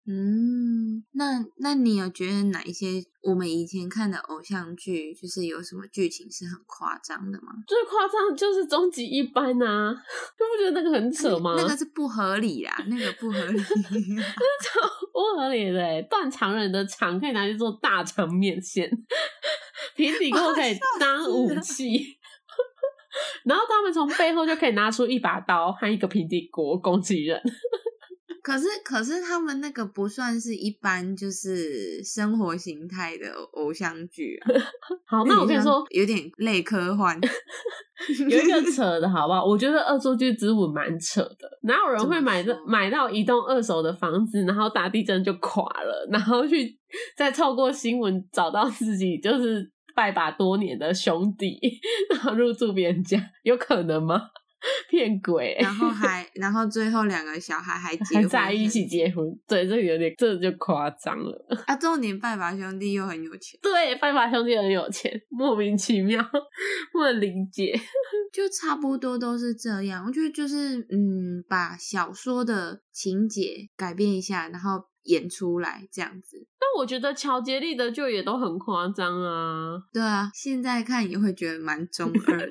Speaker 2: 嗯，那那你有觉得哪一些我们以前看的偶像剧，就是有什么剧情是很夸张的吗？
Speaker 1: 最夸张的就是终极一班呐、啊， <laughs> 就不觉得那个很扯吗？
Speaker 2: 那个是不合理啦，那个不合理， <laughs>
Speaker 1: 不合理的、欸，断肠人的肠可以拿去做大肠面线，平底锅可以当武器。 <laughs> 然后他们从背后就可以拿出一把刀和一个平底锅攻击人，
Speaker 2: 可是可是他们那个不算是一般就是生活形态的偶像剧啊，
Speaker 1: 好，哦那我跟你说，，
Speaker 2: <laughs> 有点类科幻，
Speaker 1: <laughs>
Speaker 2: <laughs>
Speaker 1: 有一个扯的好不好？我觉得《恶作剧之吻》蛮扯的，哪有人会买
Speaker 2: 怎
Speaker 1: 的
Speaker 2: 么说
Speaker 1: 买到一栋二手的房子，然后大地震就垮了，然后去再透过新闻找到自己就是拜把多年的兄弟， <laughs> 然后入住别人家，有可能吗？骗鬼、
Speaker 2: <laughs> 然后还，然后最后两个
Speaker 1: <laughs>
Speaker 2: 小孩还结
Speaker 1: 还
Speaker 2: 婚
Speaker 1: 在一起
Speaker 2: 生
Speaker 1: 结婚，对，这个有点，这个就夸张了。
Speaker 2: 啊！重点拜把兄弟又很有钱，
Speaker 1: 对，拜把兄弟很有钱，莫名其妙， <laughs> 不能理解。
Speaker 2: 就差不多都是这样。我觉得就是嗯，把小说的情节改变一下，然后演出来这样子。
Speaker 1: 但我觉得乔杰利的就也都很夸张啊。
Speaker 2: 对啊，现在看也会觉得
Speaker 1: <laughs>
Speaker 2: 蛮中二的，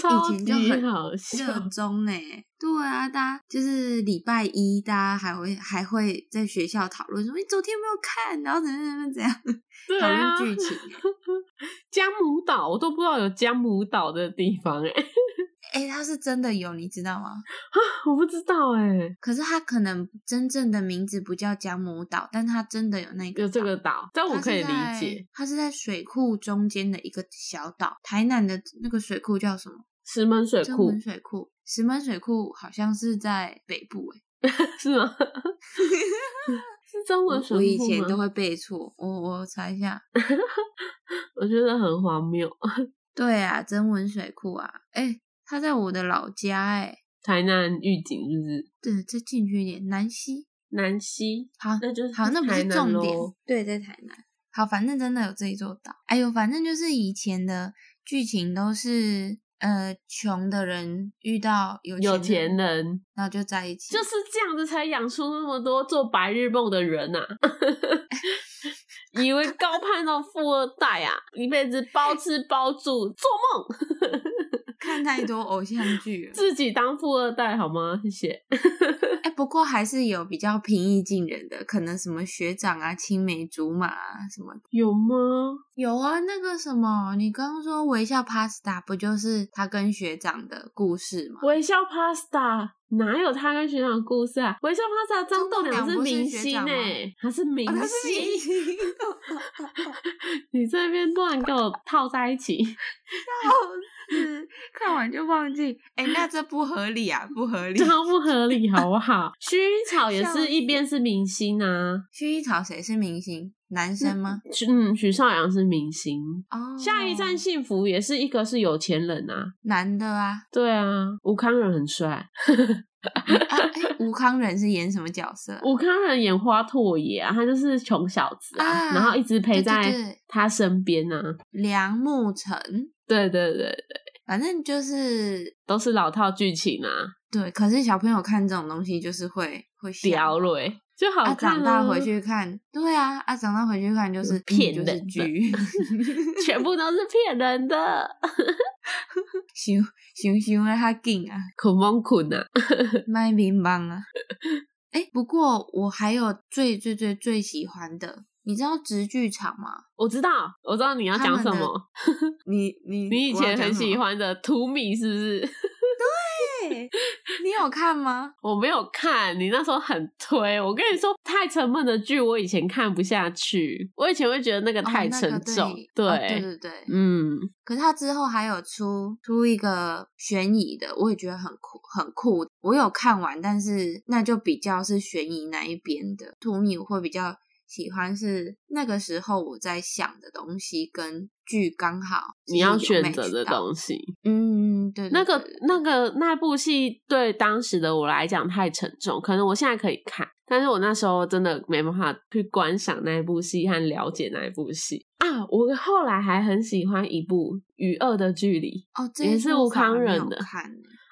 Speaker 1: 超
Speaker 2: 以前就
Speaker 1: 级
Speaker 2: 很
Speaker 1: 好笑。
Speaker 2: 热衷呢、对啊，大家就是礼拜一，大家还会还会在学校讨论说，你昨天有没有看，然后怎样怎样怎样，
Speaker 1: 对
Speaker 2: 讨
Speaker 1: 啊，
Speaker 2: 论剧情、欸。
Speaker 1: 江母岛我都不知道有江母岛的地方哎、
Speaker 2: 哎、它是真的有，你知道吗？
Speaker 1: <laughs> 我不知道哎、
Speaker 2: 可是它可能真正的名字不叫姜母岛，但它真的有那个
Speaker 1: 有这个岛，
Speaker 2: 岛，
Speaker 1: 但哦我
Speaker 2: 它是
Speaker 1: 可以理
Speaker 2: 在
Speaker 1: 解。。
Speaker 2: 它是在水库中间的一个小岛，台南的那个水库叫什么？
Speaker 1: 石门水
Speaker 2: 中
Speaker 1: 库
Speaker 2: 门水库。石门水库好像是在北部欸诶、
Speaker 1: 是吗？ <laughs> 是中文
Speaker 2: 我
Speaker 1: 水
Speaker 2: 我以
Speaker 1: 库
Speaker 2: 前
Speaker 1: 吗
Speaker 2: 都会背错，我我查一下。
Speaker 1: 我觉得很荒谬。
Speaker 2: 对啊，曾文水库啊，哎、它在我的老家哎、
Speaker 1: 台南预警是不是？
Speaker 2: 对，再进去一点，南溪。
Speaker 1: 南溪，
Speaker 2: 好，
Speaker 1: 那就是
Speaker 2: 好，那不
Speaker 1: 台
Speaker 2: 是
Speaker 1: 南
Speaker 2: 重点
Speaker 1: 咯。
Speaker 2: 对，在台南。好，反正真的有这一座岛。哎呦，反正就是以前的剧情都是呃，穷的人遇到有
Speaker 1: 有
Speaker 2: 钱
Speaker 1: 钱
Speaker 2: 人，
Speaker 1: 人
Speaker 2: 然后就在一起。
Speaker 1: 就是这样子才养出那么多做白日梦的人呐、啊！ <laughs> 以为高攀到富二代啊，一辈子包吃包住，做梦， <laughs>
Speaker 2: 看太多偶像剧了。
Speaker 1: 自己当富二代好吗？谢谢。
Speaker 2: 哎，不过还是有比较平易近人的，可能什么学长啊、青梅竹马啊什么的。
Speaker 1: 有吗？
Speaker 2: 有啊，那个什么，你刚刚说微笑 Pasta 不就是他跟学长的故事吗？
Speaker 1: 微笑 Pasta 哪有他跟学长的故事啊？微笑 Pasta 张栋梁是明星
Speaker 2: 张栋
Speaker 1: 哎、
Speaker 2: 梁不是学
Speaker 1: 他是明
Speaker 2: 哦
Speaker 1: 星，
Speaker 2: 他是明星，
Speaker 1: 你这边乱给我套在一起。
Speaker 2: <laughs> 是看完就忘记。哎、那这不合理啊，不合
Speaker 1: <laughs>
Speaker 2: 理。
Speaker 1: 超不合理，好不好？ <laughs> 薰衣草也
Speaker 2: 笑死
Speaker 1: 是一边是明星啊，
Speaker 2: 薰衣草谁是明星？男生吗？
Speaker 1: 许嗯，许绍洋是明星。
Speaker 2: 哦，
Speaker 1: 嗯下一站幸福也是一个是有钱人啊，
Speaker 2: 男的啊。 <laughs>
Speaker 1: 对啊，吴康仁很帅，
Speaker 2: 啊哎、吴康仁是演什么角色啊？
Speaker 1: 吴康仁演花拓也啊，他就是穷小子啊，
Speaker 2: 啊
Speaker 1: 然后一直陪
Speaker 2: 对对
Speaker 1: 在
Speaker 2: 对
Speaker 1: 他身边啊，
Speaker 2: 梁慕成，
Speaker 1: 对对对对，
Speaker 2: 反正就是
Speaker 1: 都是老套剧情啊，
Speaker 2: 对。可是小朋友看这种东西就是会会笑
Speaker 1: 屌嘞，就好
Speaker 2: 啊，
Speaker 1: 看、啊、
Speaker 2: 长大回去看，对啊，啊，长大回去看就是
Speaker 1: 骗
Speaker 2: 嗯就
Speaker 1: 人
Speaker 2: 是
Speaker 1: 的
Speaker 2: 剧， <laughs>
Speaker 1: 全部都是骗人的，
Speaker 2: 熊熊熊啊，他
Speaker 1: <laughs>
Speaker 2: 劲啊，
Speaker 1: 捆蒙捆啊，
Speaker 2: 卖乒乓啊。哎，不过我还有最最最最喜欢的，你知道直剧场吗？
Speaker 1: <laughs> 我知道，我知道你要讲什
Speaker 2: 他们的
Speaker 1: 么。 <laughs>
Speaker 2: 你你
Speaker 1: 你以
Speaker 2: 我要
Speaker 1: 前
Speaker 2: 讲
Speaker 1: 很
Speaker 2: 什么
Speaker 1: 喜，欢的图米是不是？
Speaker 2: 对你有看吗？
Speaker 1: 我没有看，你那时候很推。我跟你说，太沉闷的剧我以前看不下去，我以前会觉 <laughs> 得那个
Speaker 2: 哦
Speaker 1: 太
Speaker 2: 那
Speaker 1: 沉
Speaker 2: 个
Speaker 1: 重。
Speaker 2: 对哦对
Speaker 1: 对，
Speaker 2: 对对，
Speaker 1: 嗯，
Speaker 2: 可是他之后还有出出一个悬疑的，我也觉得很酷很酷。我有看完，但是那就比较是悬疑那一边的。图米我会比较喜欢是那个时候我在想的东西跟剧刚好
Speaker 1: 你要
Speaker 2: 就是有
Speaker 1: 选择
Speaker 2: match
Speaker 1: 的
Speaker 2: 到
Speaker 1: 东西，
Speaker 2: 嗯，对对
Speaker 1: 那个
Speaker 2: 对对
Speaker 1: 那个那部戏对当时的我来讲太沉重，可能我现在可以看，但是我那时候真的没办法去观赏那一部戏和了解那一部戏啊。我后来还很喜欢一部《与恶的距离》。
Speaker 2: 哦，这
Speaker 1: 也
Speaker 2: 一
Speaker 1: 是
Speaker 2: 部
Speaker 1: 吴
Speaker 2: 反而
Speaker 1: 康
Speaker 2: 没
Speaker 1: 仁
Speaker 2: 有
Speaker 1: 的
Speaker 2: 看欸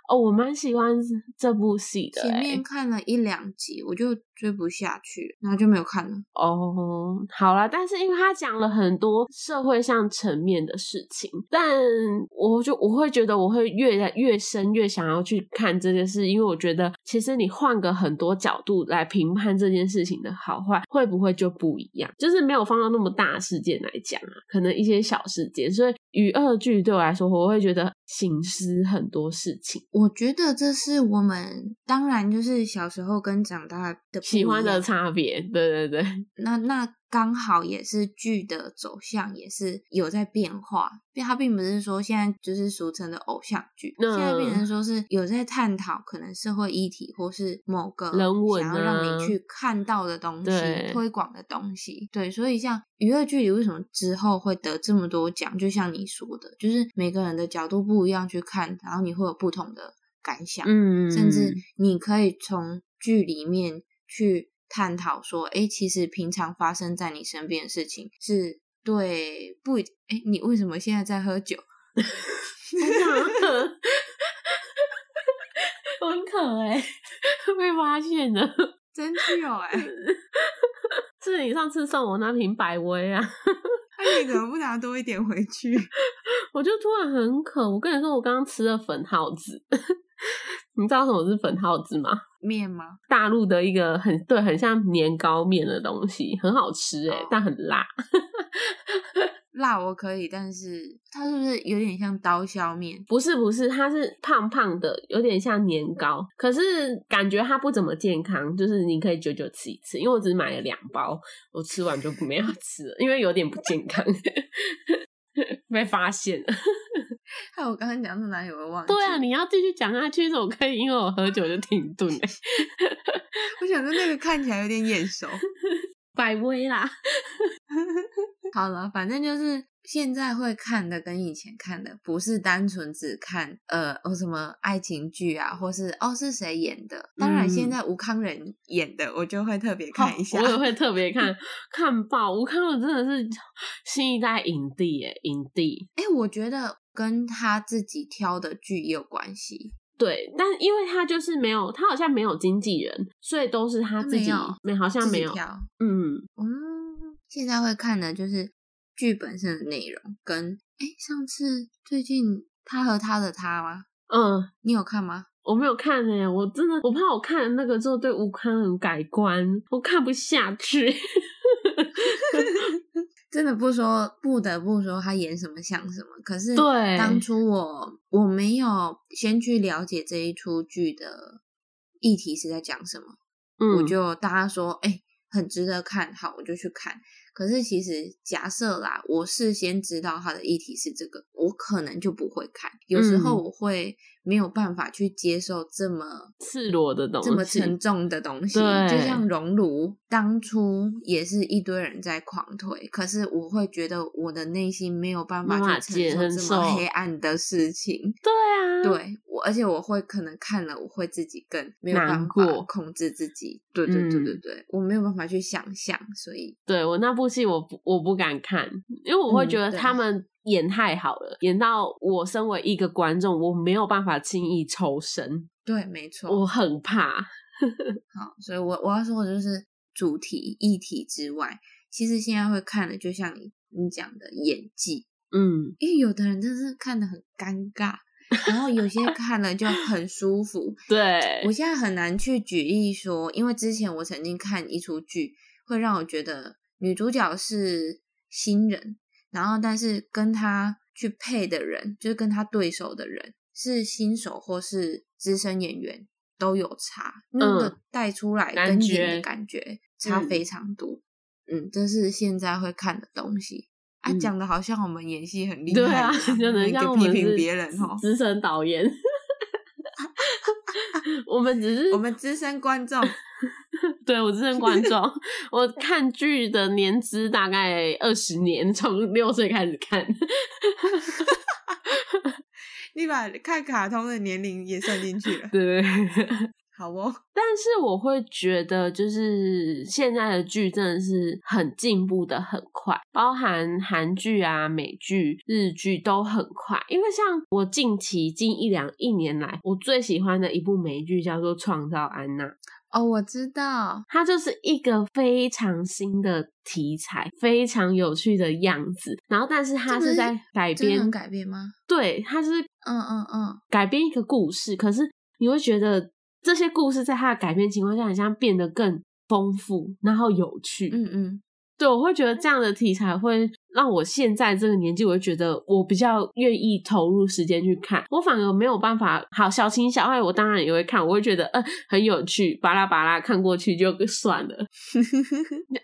Speaker 1: 哦，我蛮喜欢这部戏的、欸。
Speaker 2: 前面看了一两集，我就追不下去，然后就没有看了。
Speaker 1: 哦，好啦，但是因为他讲了很多社会上层面的事情，但我就我会觉得我会越来越深越想要去看这件事，因为我觉得其实你换个很多角度来评判这件事情的好坏，会不会就不一样？就是没有放到那么大的事件来讲啊，可能一些小事件，所以与恶剧对我来说，我会觉得醒思很多事情，
Speaker 2: 我觉得这是我们当然就是小时候跟长大的不
Speaker 1: 喜
Speaker 2: 一
Speaker 1: 欢的
Speaker 2: 样
Speaker 1: 差别，对对对，
Speaker 2: 那那刚好也是剧的走向也是有在变化，并它并不是说现在就是俗称的偶像剧，
Speaker 1: 嗯
Speaker 2: 现在变成说是有在探讨可能社会议题或是某个
Speaker 1: 人文
Speaker 2: 想要让
Speaker 1: 啊
Speaker 2: 你去看到的东
Speaker 1: 对
Speaker 2: 西、推广的东西。对，所以像娱乐剧里为什么之后会得这么多奖，就像你说的，就是每个人的角度不一样去看，然后你会有不同的感想。
Speaker 1: 嗯，
Speaker 2: 甚至你可以从剧里面去探讨说，诶，其实平常发生在你身边的事情是对不一？诶，你为什么现在在喝酒？ <laughs>
Speaker 1: <laughs> 很可哎、被发现了。
Speaker 2: 真具哦，诶，
Speaker 1: 是你上次送我那瓶百威啊，
Speaker 2: 那你怎么不拿多一点回去？ <laughs>
Speaker 1: 我就突然很渴。我跟你说，我刚刚吃了粉耗子， <laughs> 你知道什么是粉耗子吗？
Speaker 2: 面吗？
Speaker 1: 大陆的一个很对，很像年糕面的东西，很好吃哎、
Speaker 2: 哦
Speaker 1: 但很辣。
Speaker 2: 辣我可以，但是它是不是有点像刀削面？ <laughs>
Speaker 1: 不是不是，它是胖胖的，有点像年糕，可是感觉它不怎么健康，就是你可以久久吃一次。因为我只买了两包，我吃完就没有吃了，因为有点不健康， <laughs> 被发现了。 <laughs>
Speaker 2: 害我刚刚讲到哪里我忘记。
Speaker 1: 对啊，你要继续讲下去，怎么可以因为我喝酒就停顿、欸？
Speaker 2: 我想说那个看起来有点眼熟。
Speaker 1: 百威啦，
Speaker 2: 好了，反正就是现在会看的跟以前看的不是单纯只看呃哦什么爱情剧啊，或是哦是谁演的。当然，
Speaker 1: 嗯哦
Speaker 2: 现在吴康仁演的我就会特别看一下。
Speaker 1: 我也会特别看看爆。我看我真的是新一代影帝耶、影帝。
Speaker 2: 哎、我觉得跟他自己挑的剧也有关系。
Speaker 1: 对，但因为他就是没有，他好像没有经纪人，所以都是他
Speaker 2: 他
Speaker 1: 自
Speaker 2: 没
Speaker 1: 己
Speaker 2: 有
Speaker 1: 没好像
Speaker 2: 自己
Speaker 1: 没有，
Speaker 2: 挑，
Speaker 1: 嗯，
Speaker 2: 嗯，现在会看的就是剧本身的内容跟哎、诶上次最近他和他的他吗？
Speaker 1: 嗯，
Speaker 2: 你有看吗？
Speaker 1: 我没有看哎、我真的我怕我看那个之后对吴康很改观，我看不下去。
Speaker 2: 真的不说，不得不说他演什么像什么。可是
Speaker 1: 对
Speaker 2: 当初我我没有先去了解这一出剧的议题是在讲什么，
Speaker 1: 嗯，
Speaker 2: <laughs> 我就大家说，哎、很值得看，好，我就去看。可是其实假设啦，我事先知道它的议题是这个，我可能就不会看。有时候
Speaker 1: 嗯
Speaker 2: 我会没有办法去接受这么
Speaker 1: 赤裸的东西，
Speaker 2: 这么沉重的东西，
Speaker 1: 对
Speaker 2: 就像熔炉，当初也是一堆人在狂推，可是我会觉得我的内心没有办法
Speaker 1: 没办法
Speaker 2: 去
Speaker 1: 接
Speaker 2: 承受这
Speaker 1: 受
Speaker 2: 么黑暗的事情。
Speaker 1: 对啊，
Speaker 2: 对我，而且我会可能看了，我会自己更没有
Speaker 1: 难
Speaker 2: 办法
Speaker 1: 过
Speaker 2: 控制自己。对对对
Speaker 1: 嗯
Speaker 2: 对对，我没有办法去想象，所以
Speaker 1: 对我那部戏，我不我不敢看，因为我会
Speaker 2: 嗯
Speaker 1: 觉得
Speaker 2: 对
Speaker 1: 他们演太好了，演到我身为一个观众，我没有办法轻易抽身，
Speaker 2: 对，没错。
Speaker 1: 我很怕。
Speaker 2: 好，所以我我要说的就是主题议题之外，其实现在会看的，就像你你讲的演技，
Speaker 1: 嗯，
Speaker 2: 因为有的人真是看得很尴尬，然后有些看了就很舒服。
Speaker 1: 对
Speaker 2: 我，现在很难去举例说，因为之前我曾经看一出剧，会让我觉得女主角是新人，然后但是跟她去配的人，就是跟她对手的人是新手或是资深演员都有差，那个带出来
Speaker 1: 嗯感
Speaker 2: 跟演
Speaker 1: 觉
Speaker 2: 的感觉差
Speaker 1: 嗯
Speaker 2: 非常多。嗯，这是现在会看的东西。啊，
Speaker 1: 嗯
Speaker 2: 讲的好像我们演
Speaker 1: <laughs>
Speaker 2: 戏很厉害
Speaker 1: 对
Speaker 2: 一
Speaker 1: 啊
Speaker 2: 样，，
Speaker 1: 就能
Speaker 2: 一个
Speaker 1: 像我
Speaker 2: 批
Speaker 1: 们
Speaker 2: 评
Speaker 1: 是
Speaker 2: 别人哦。
Speaker 1: 资深导演， <laughs> 我们只是
Speaker 2: 我们资深观众，
Speaker 1: 对我资深观众，
Speaker 2: <laughs>
Speaker 1: 我看剧的年资大概二十年，从六岁开始看。。
Speaker 2: 你把看卡通的年龄也算进去了
Speaker 1: 对。 <laughs>
Speaker 2: 好哦，
Speaker 1: 但是我会觉得，就是现在的剧真的是很进步的很快，包含韩剧啊、美剧、日剧都很快。因为像我近期近一两一年来，我最喜欢的一部美剧叫做《创造安娜》，
Speaker 2: <laughs> 哦，我知道，
Speaker 1: 它就是一个非常新的题材，非常有趣的样子。然后，但是它
Speaker 2: 这不是
Speaker 1: 是在改
Speaker 2: 真人
Speaker 1: 编，
Speaker 2: 改编吗？
Speaker 1: 对，它是
Speaker 2: 嗯嗯嗯，
Speaker 1: 改编一个故事，可是你会觉得这些故事在它的改编情况下，好像变得更丰富，然后有趣。
Speaker 2: 嗯嗯，
Speaker 1: 对，我会觉得这样的题材会让我现在这个年纪，我会觉得我比较愿意投入时间去看。我反而没有办法，好小情小爱，我当然也会看，我会觉得嗯、呃很有趣，巴拉巴拉看过去就算
Speaker 2: <laughs>
Speaker 1: 了。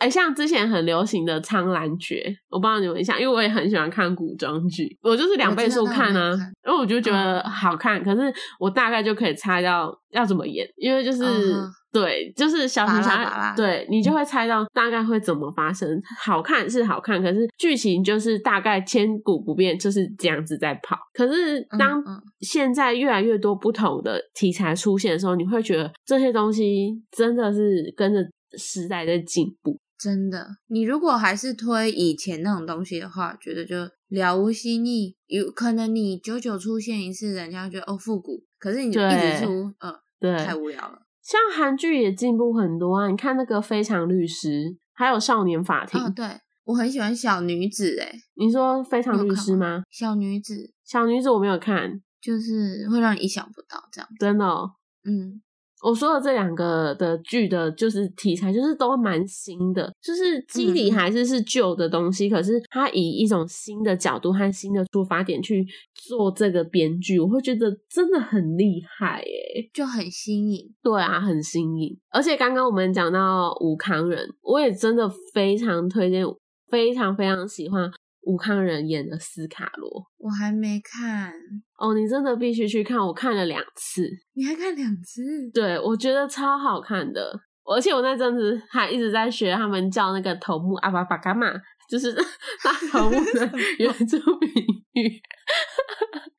Speaker 1: 哎，像之前很流行的《苍兰诀》，我不知道你们像，因为我也很喜欢看古装剧，我就是两倍速看
Speaker 2: 我
Speaker 1: 啊
Speaker 2: 知道那我没有看，嗯
Speaker 1: 因为我就觉得好看，可是我大概就可以猜到要怎么演，因为就是、
Speaker 2: 嗯哼
Speaker 1: 对，就是小情小
Speaker 2: 巴拉巴
Speaker 1: 爱
Speaker 2: 拉，
Speaker 1: 对你就会猜到大概会怎么发生。好看是好看，可是剧情就是大概千古不变，就是这样子在跑。可是当
Speaker 2: 嗯嗯
Speaker 1: 现在越来越多不同的题材出现的时候，你会觉得这些东西真的是跟着时代在进步。
Speaker 2: 真的。你如果还是推以前那种东西的话，觉得就了无新意。有可能你久久出现一次，人家觉得哦复古，可是你就一直
Speaker 1: 对
Speaker 2: 出，呃，
Speaker 1: 对，
Speaker 2: 太无聊了。
Speaker 1: 像韩剧也进步很多啊！你看那个《非常律师》，还有《少年法庭》
Speaker 2: 哦，对，我很喜欢小女子，诶，
Speaker 1: 你说《非常律师》
Speaker 2: 你有看
Speaker 1: 吗？
Speaker 2: 小女子
Speaker 1: 小女子我没有看，
Speaker 2: 就是会让你意想不到这样。
Speaker 1: 真的、哦。
Speaker 2: 嗯，
Speaker 1: 我说的这两个的剧的，就是题材，就是都蛮新的，就是基底
Speaker 2: 嗯
Speaker 1: 还是是旧的东西，可是它以一种新的角度和新的出发点去做这个编剧，我会觉得真的很厉害耶。
Speaker 2: 就很新颖。
Speaker 1: 对啊，很新颖。而且刚刚我们讲到武康人，我也真的非常推荐，非常非常喜欢武康人演的斯卡罗。
Speaker 2: 我还没看，
Speaker 1: 哦，你真的必须去看，我看了两次，
Speaker 2: 你还看两次？
Speaker 1: 对我觉得超好看的。而且我那阵子还一直在学他们叫那个头目阿巴巴嘎玛，就是 <laughs> 大头目
Speaker 2: <laughs>
Speaker 1: 的原住民语。 <laughs>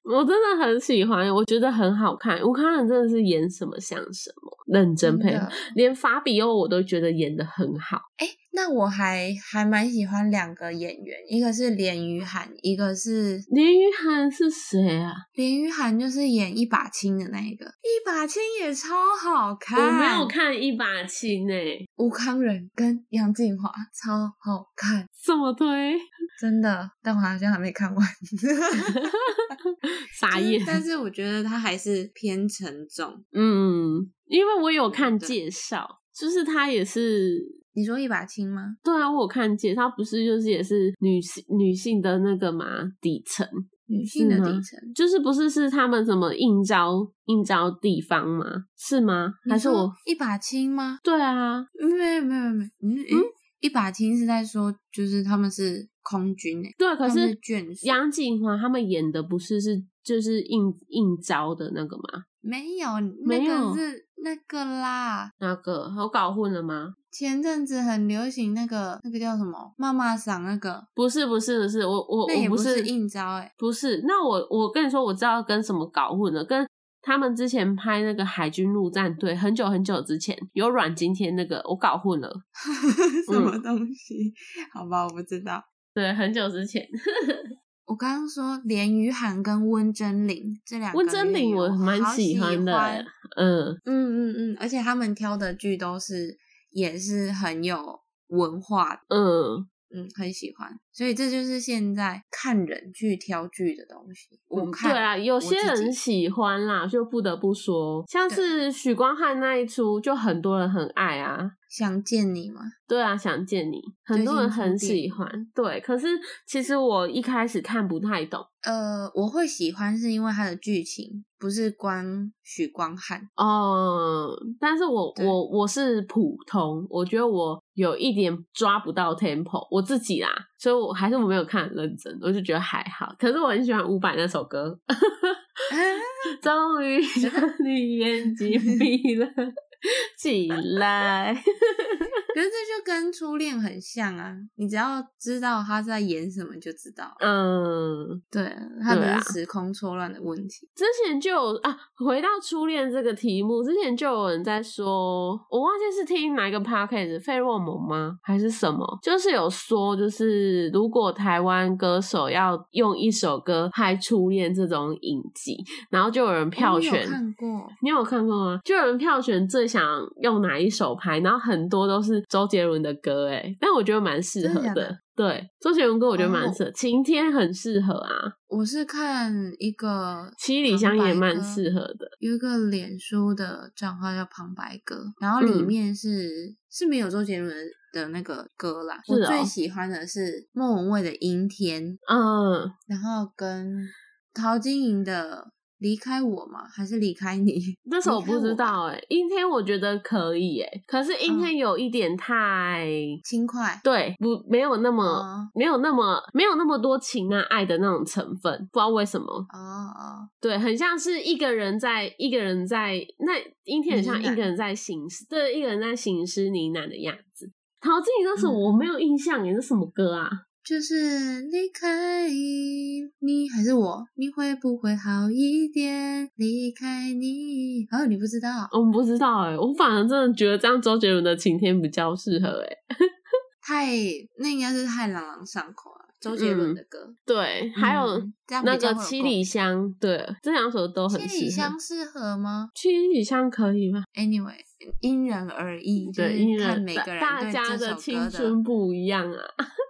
Speaker 1: 我真的很喜欢，我觉得很好看。武康人真的是演什么像什么。认真配
Speaker 2: 真
Speaker 1: 合
Speaker 2: 的，
Speaker 1: 连法比欧我都觉得演的很好。
Speaker 2: 哎，那我还还蛮喜欢两个演员，一个是连于涵，一个是
Speaker 1: 林雨涵是谁啊？
Speaker 2: 连于涵，就是演一把青的那一个，一把青也超好看。
Speaker 1: 我没有看一把青欸诶、
Speaker 2: 吴康仁跟杨静华超好看，
Speaker 1: 这么
Speaker 2: <laughs>
Speaker 1: 推，
Speaker 2: 真的，但我好像还没看完。 <laughs>
Speaker 1: 傻眼。
Speaker 2: 但是我觉得他还是偏沉重。
Speaker 1: 嗯，因为我有看
Speaker 2: 对
Speaker 1: 介绍，就是她也是，
Speaker 2: 你说一把青吗？
Speaker 1: 对啊，我有看介绍，不是就是也是女性女性的那个嘛底层，
Speaker 2: 女性的
Speaker 1: 嗯是
Speaker 2: 底
Speaker 1: 吗
Speaker 2: 层，
Speaker 1: 就是不是是他们什么应招应招地方吗？是吗？还
Speaker 2: 你
Speaker 1: 是
Speaker 2: 说
Speaker 1: 我？
Speaker 2: 一把青吗？
Speaker 1: 对啊，
Speaker 2: 没有没有没有，嗯嗯，一把青是在说就是他们是空军诶、
Speaker 1: 对，可
Speaker 2: 他们
Speaker 1: 是
Speaker 2: 是眷属
Speaker 1: 杨锦华他们演的不是是就是应应招的那个吗？
Speaker 2: 没有，
Speaker 1: 没
Speaker 2: 那
Speaker 1: 有
Speaker 2: 个是那个啦。
Speaker 1: 那个我搞混了吗？
Speaker 2: 前阵子很流行那个那个叫什么妈妈嗓那个，
Speaker 1: 不是不是不是，我我
Speaker 2: 那也
Speaker 1: 我
Speaker 2: 不
Speaker 1: 是
Speaker 2: 是应招欸诶、
Speaker 1: 不是，那我我跟你说，我知道跟什么搞混了，跟他们之前拍那个海军陆战队，很久很久之前有阮经天那个，我搞混了。
Speaker 2: <laughs> 什
Speaker 1: 嗯
Speaker 2: 么东西？好吧，我不知道。
Speaker 1: 对，很久之前，
Speaker 2: 我刚刚说连于涵跟温真菱这两个
Speaker 1: 温真菱
Speaker 2: 演员
Speaker 1: 我蛮
Speaker 2: 好喜
Speaker 1: 欢的、
Speaker 2: 欢
Speaker 1: 嗯，
Speaker 2: 嗯嗯嗯，而且他们挑的剧都是也是很有文化，
Speaker 1: 嗯，
Speaker 2: 嗯，很喜欢。所以这就是现在看人去挑剧的东西。我
Speaker 1: 嗯
Speaker 2: 看、
Speaker 1: 对啊，有
Speaker 2: 我
Speaker 1: 些
Speaker 2: 自己
Speaker 1: 人喜欢啦，就不得不说，像是许光汉那一出，就很多人很爱啊。
Speaker 2: 想见你嘛，
Speaker 1: 对啊，想见你，很
Speaker 2: 最
Speaker 1: 多
Speaker 2: 近
Speaker 1: 人
Speaker 2: 出
Speaker 1: 很
Speaker 2: 电
Speaker 1: 喜
Speaker 2: 影
Speaker 1: 欢。对，可是其实我一开始看不太懂
Speaker 2: 呃，我会喜欢是因为它的剧情，不是光许光汉。
Speaker 1: 哦、但是我
Speaker 2: 对
Speaker 1: 我我是普通，我觉得我有一点抓不到 tempo 我自己啦，所以我还是我没有看很认真，我就觉得还好。可是我很喜欢伍佰那首歌，啊终于
Speaker 2: 真的
Speaker 1: 让你眼睛闭了起
Speaker 2: <laughs>
Speaker 1: 来。
Speaker 2: <laughs> 可是这就跟初恋很像啊，你只要知道他在演什么就知道。
Speaker 1: 嗯，
Speaker 2: 对啊，它不
Speaker 1: 对啊
Speaker 2: 是时空错乱的问题。
Speaker 1: 之前就有啊，回到初恋这个题目，之前就有人在说，我忘记是听哪一个 podcast 费洛蒙吗，还是什么？就是有说，就是如果台湾歌手要用一首歌拍初恋这种影集，然后就有人票
Speaker 2: 我有
Speaker 1: 选。
Speaker 2: 看过，
Speaker 1: 你有看过吗？就有人票选最想用哪一首拍，然后很多都是周杰伦的歌，哎，但我觉得蛮适
Speaker 2: 真
Speaker 1: 合
Speaker 2: 的假的
Speaker 1: 对，周杰伦歌我觉得蛮
Speaker 2: 哦
Speaker 1: 适合，晴天很适合啊，
Speaker 2: 我是看一个
Speaker 1: 七里香也蛮
Speaker 2: 旁白歌
Speaker 1: 适合的。
Speaker 2: 有一个脸书的账号叫旁白歌，然后里
Speaker 1: 嗯
Speaker 2: 面是、是没有周杰伦的那个歌啦。
Speaker 1: 是
Speaker 2: 我
Speaker 1: 哦
Speaker 2: 最喜欢的是莫文蔚的《阴天》，
Speaker 1: 嗯，
Speaker 2: 然后跟陶晶莹的《离开我》吗？还是离开你？ <laughs>
Speaker 1: 那首我
Speaker 2: 离开
Speaker 1: 不知
Speaker 2: 我吧嗯
Speaker 1: 道哎、阴天我觉得可以哎、可是阴天有一点太、
Speaker 2: 轻快。
Speaker 1: 对不没有那么、
Speaker 2: 哦
Speaker 1: 没有那么没有那么多情啊爱的那种成分，不知道为什么，
Speaker 2: 哦哦，
Speaker 1: 对，很像是一个人在一个人在那阴天很像
Speaker 2: 呢
Speaker 1: 一
Speaker 2: 喃
Speaker 1: 个人在行尸，对，一个人在行尸呢喃的样子。陶晶莹那首我
Speaker 2: 嗯
Speaker 1: 没有印象耶，那什么歌啊？
Speaker 2: 就是离开你还是我，你会不会好一点？离开你，哦，你不知道，
Speaker 1: 我不知道哎，我反而真的觉得这样周杰伦的《晴天》比较适合哎。
Speaker 2: 太那应该是太朗朗上口了。周杰伦的歌，
Speaker 1: 对，嗯还有、
Speaker 2: 嗯这样比
Speaker 1: 那
Speaker 2: 较
Speaker 1: 个
Speaker 2: 会有
Speaker 1: 七
Speaker 2: 共
Speaker 1: 里
Speaker 2: 鸣
Speaker 1: 香，对，这两首都很
Speaker 2: 七里
Speaker 1: 适合。
Speaker 2: 香适合吗
Speaker 1: 七里香可以吗？
Speaker 2: ？Anyway，因人而异，就是
Speaker 1: 对，因
Speaker 2: 看
Speaker 1: 人
Speaker 2: 每
Speaker 1: 大
Speaker 2: 个人
Speaker 1: 大
Speaker 2: 对
Speaker 1: 家
Speaker 2: 这
Speaker 1: 的
Speaker 2: 首
Speaker 1: 青
Speaker 2: 歌
Speaker 1: 春不一样啊。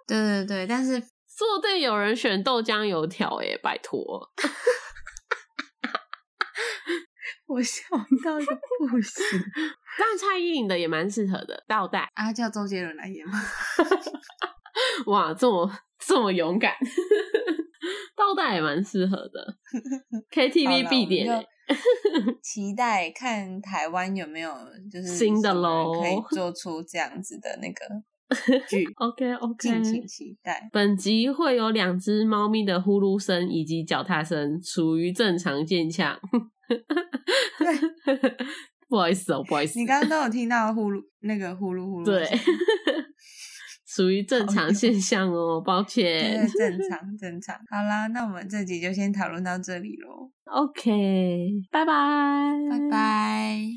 Speaker 2: 对对对，但是
Speaker 1: 说不定有人选豆浆油条耶，拜托， <laughs>
Speaker 2: 我笑到一个不行。
Speaker 1: 但蔡依林的也蛮适合的，倒带，
Speaker 2: <laughs> 啊，叫周杰伦来演吗？
Speaker 1: 哇，这么这么勇敢， <laughs> 倒带也蛮适合
Speaker 2: <laughs>
Speaker 1: 的
Speaker 2: 好啦
Speaker 1: ，KTV
Speaker 2: 我
Speaker 1: 必
Speaker 2: 们
Speaker 1: 点 <laughs>
Speaker 2: 就
Speaker 1: 耶。
Speaker 2: <laughs> 期待看台湾有没有就是
Speaker 1: 新的
Speaker 2: 什么人可
Speaker 1: 咯
Speaker 2: 以做出这样子的那个
Speaker 1: <laughs>
Speaker 2: 剧，
Speaker 1: OK OK，
Speaker 2: 敬请期待。
Speaker 1: 本集会有两只猫咪的呼噜声以及脚踏声，属于正常现象。 <laughs> 不好意思哦，不好意思
Speaker 2: 你，刚刚都有听到呼噜那个呼噜呼噜的
Speaker 1: 对 <laughs>
Speaker 2: 声音，，
Speaker 1: 属于正常现象哦，抱 <laughs>
Speaker 2: 对，
Speaker 1: 歉。
Speaker 2: 正常正常。好啦，那我们这集就先讨论到这里喽，嗯
Speaker 1: OK，拜拜，
Speaker 2: 拜拜。
Speaker 1: 拜。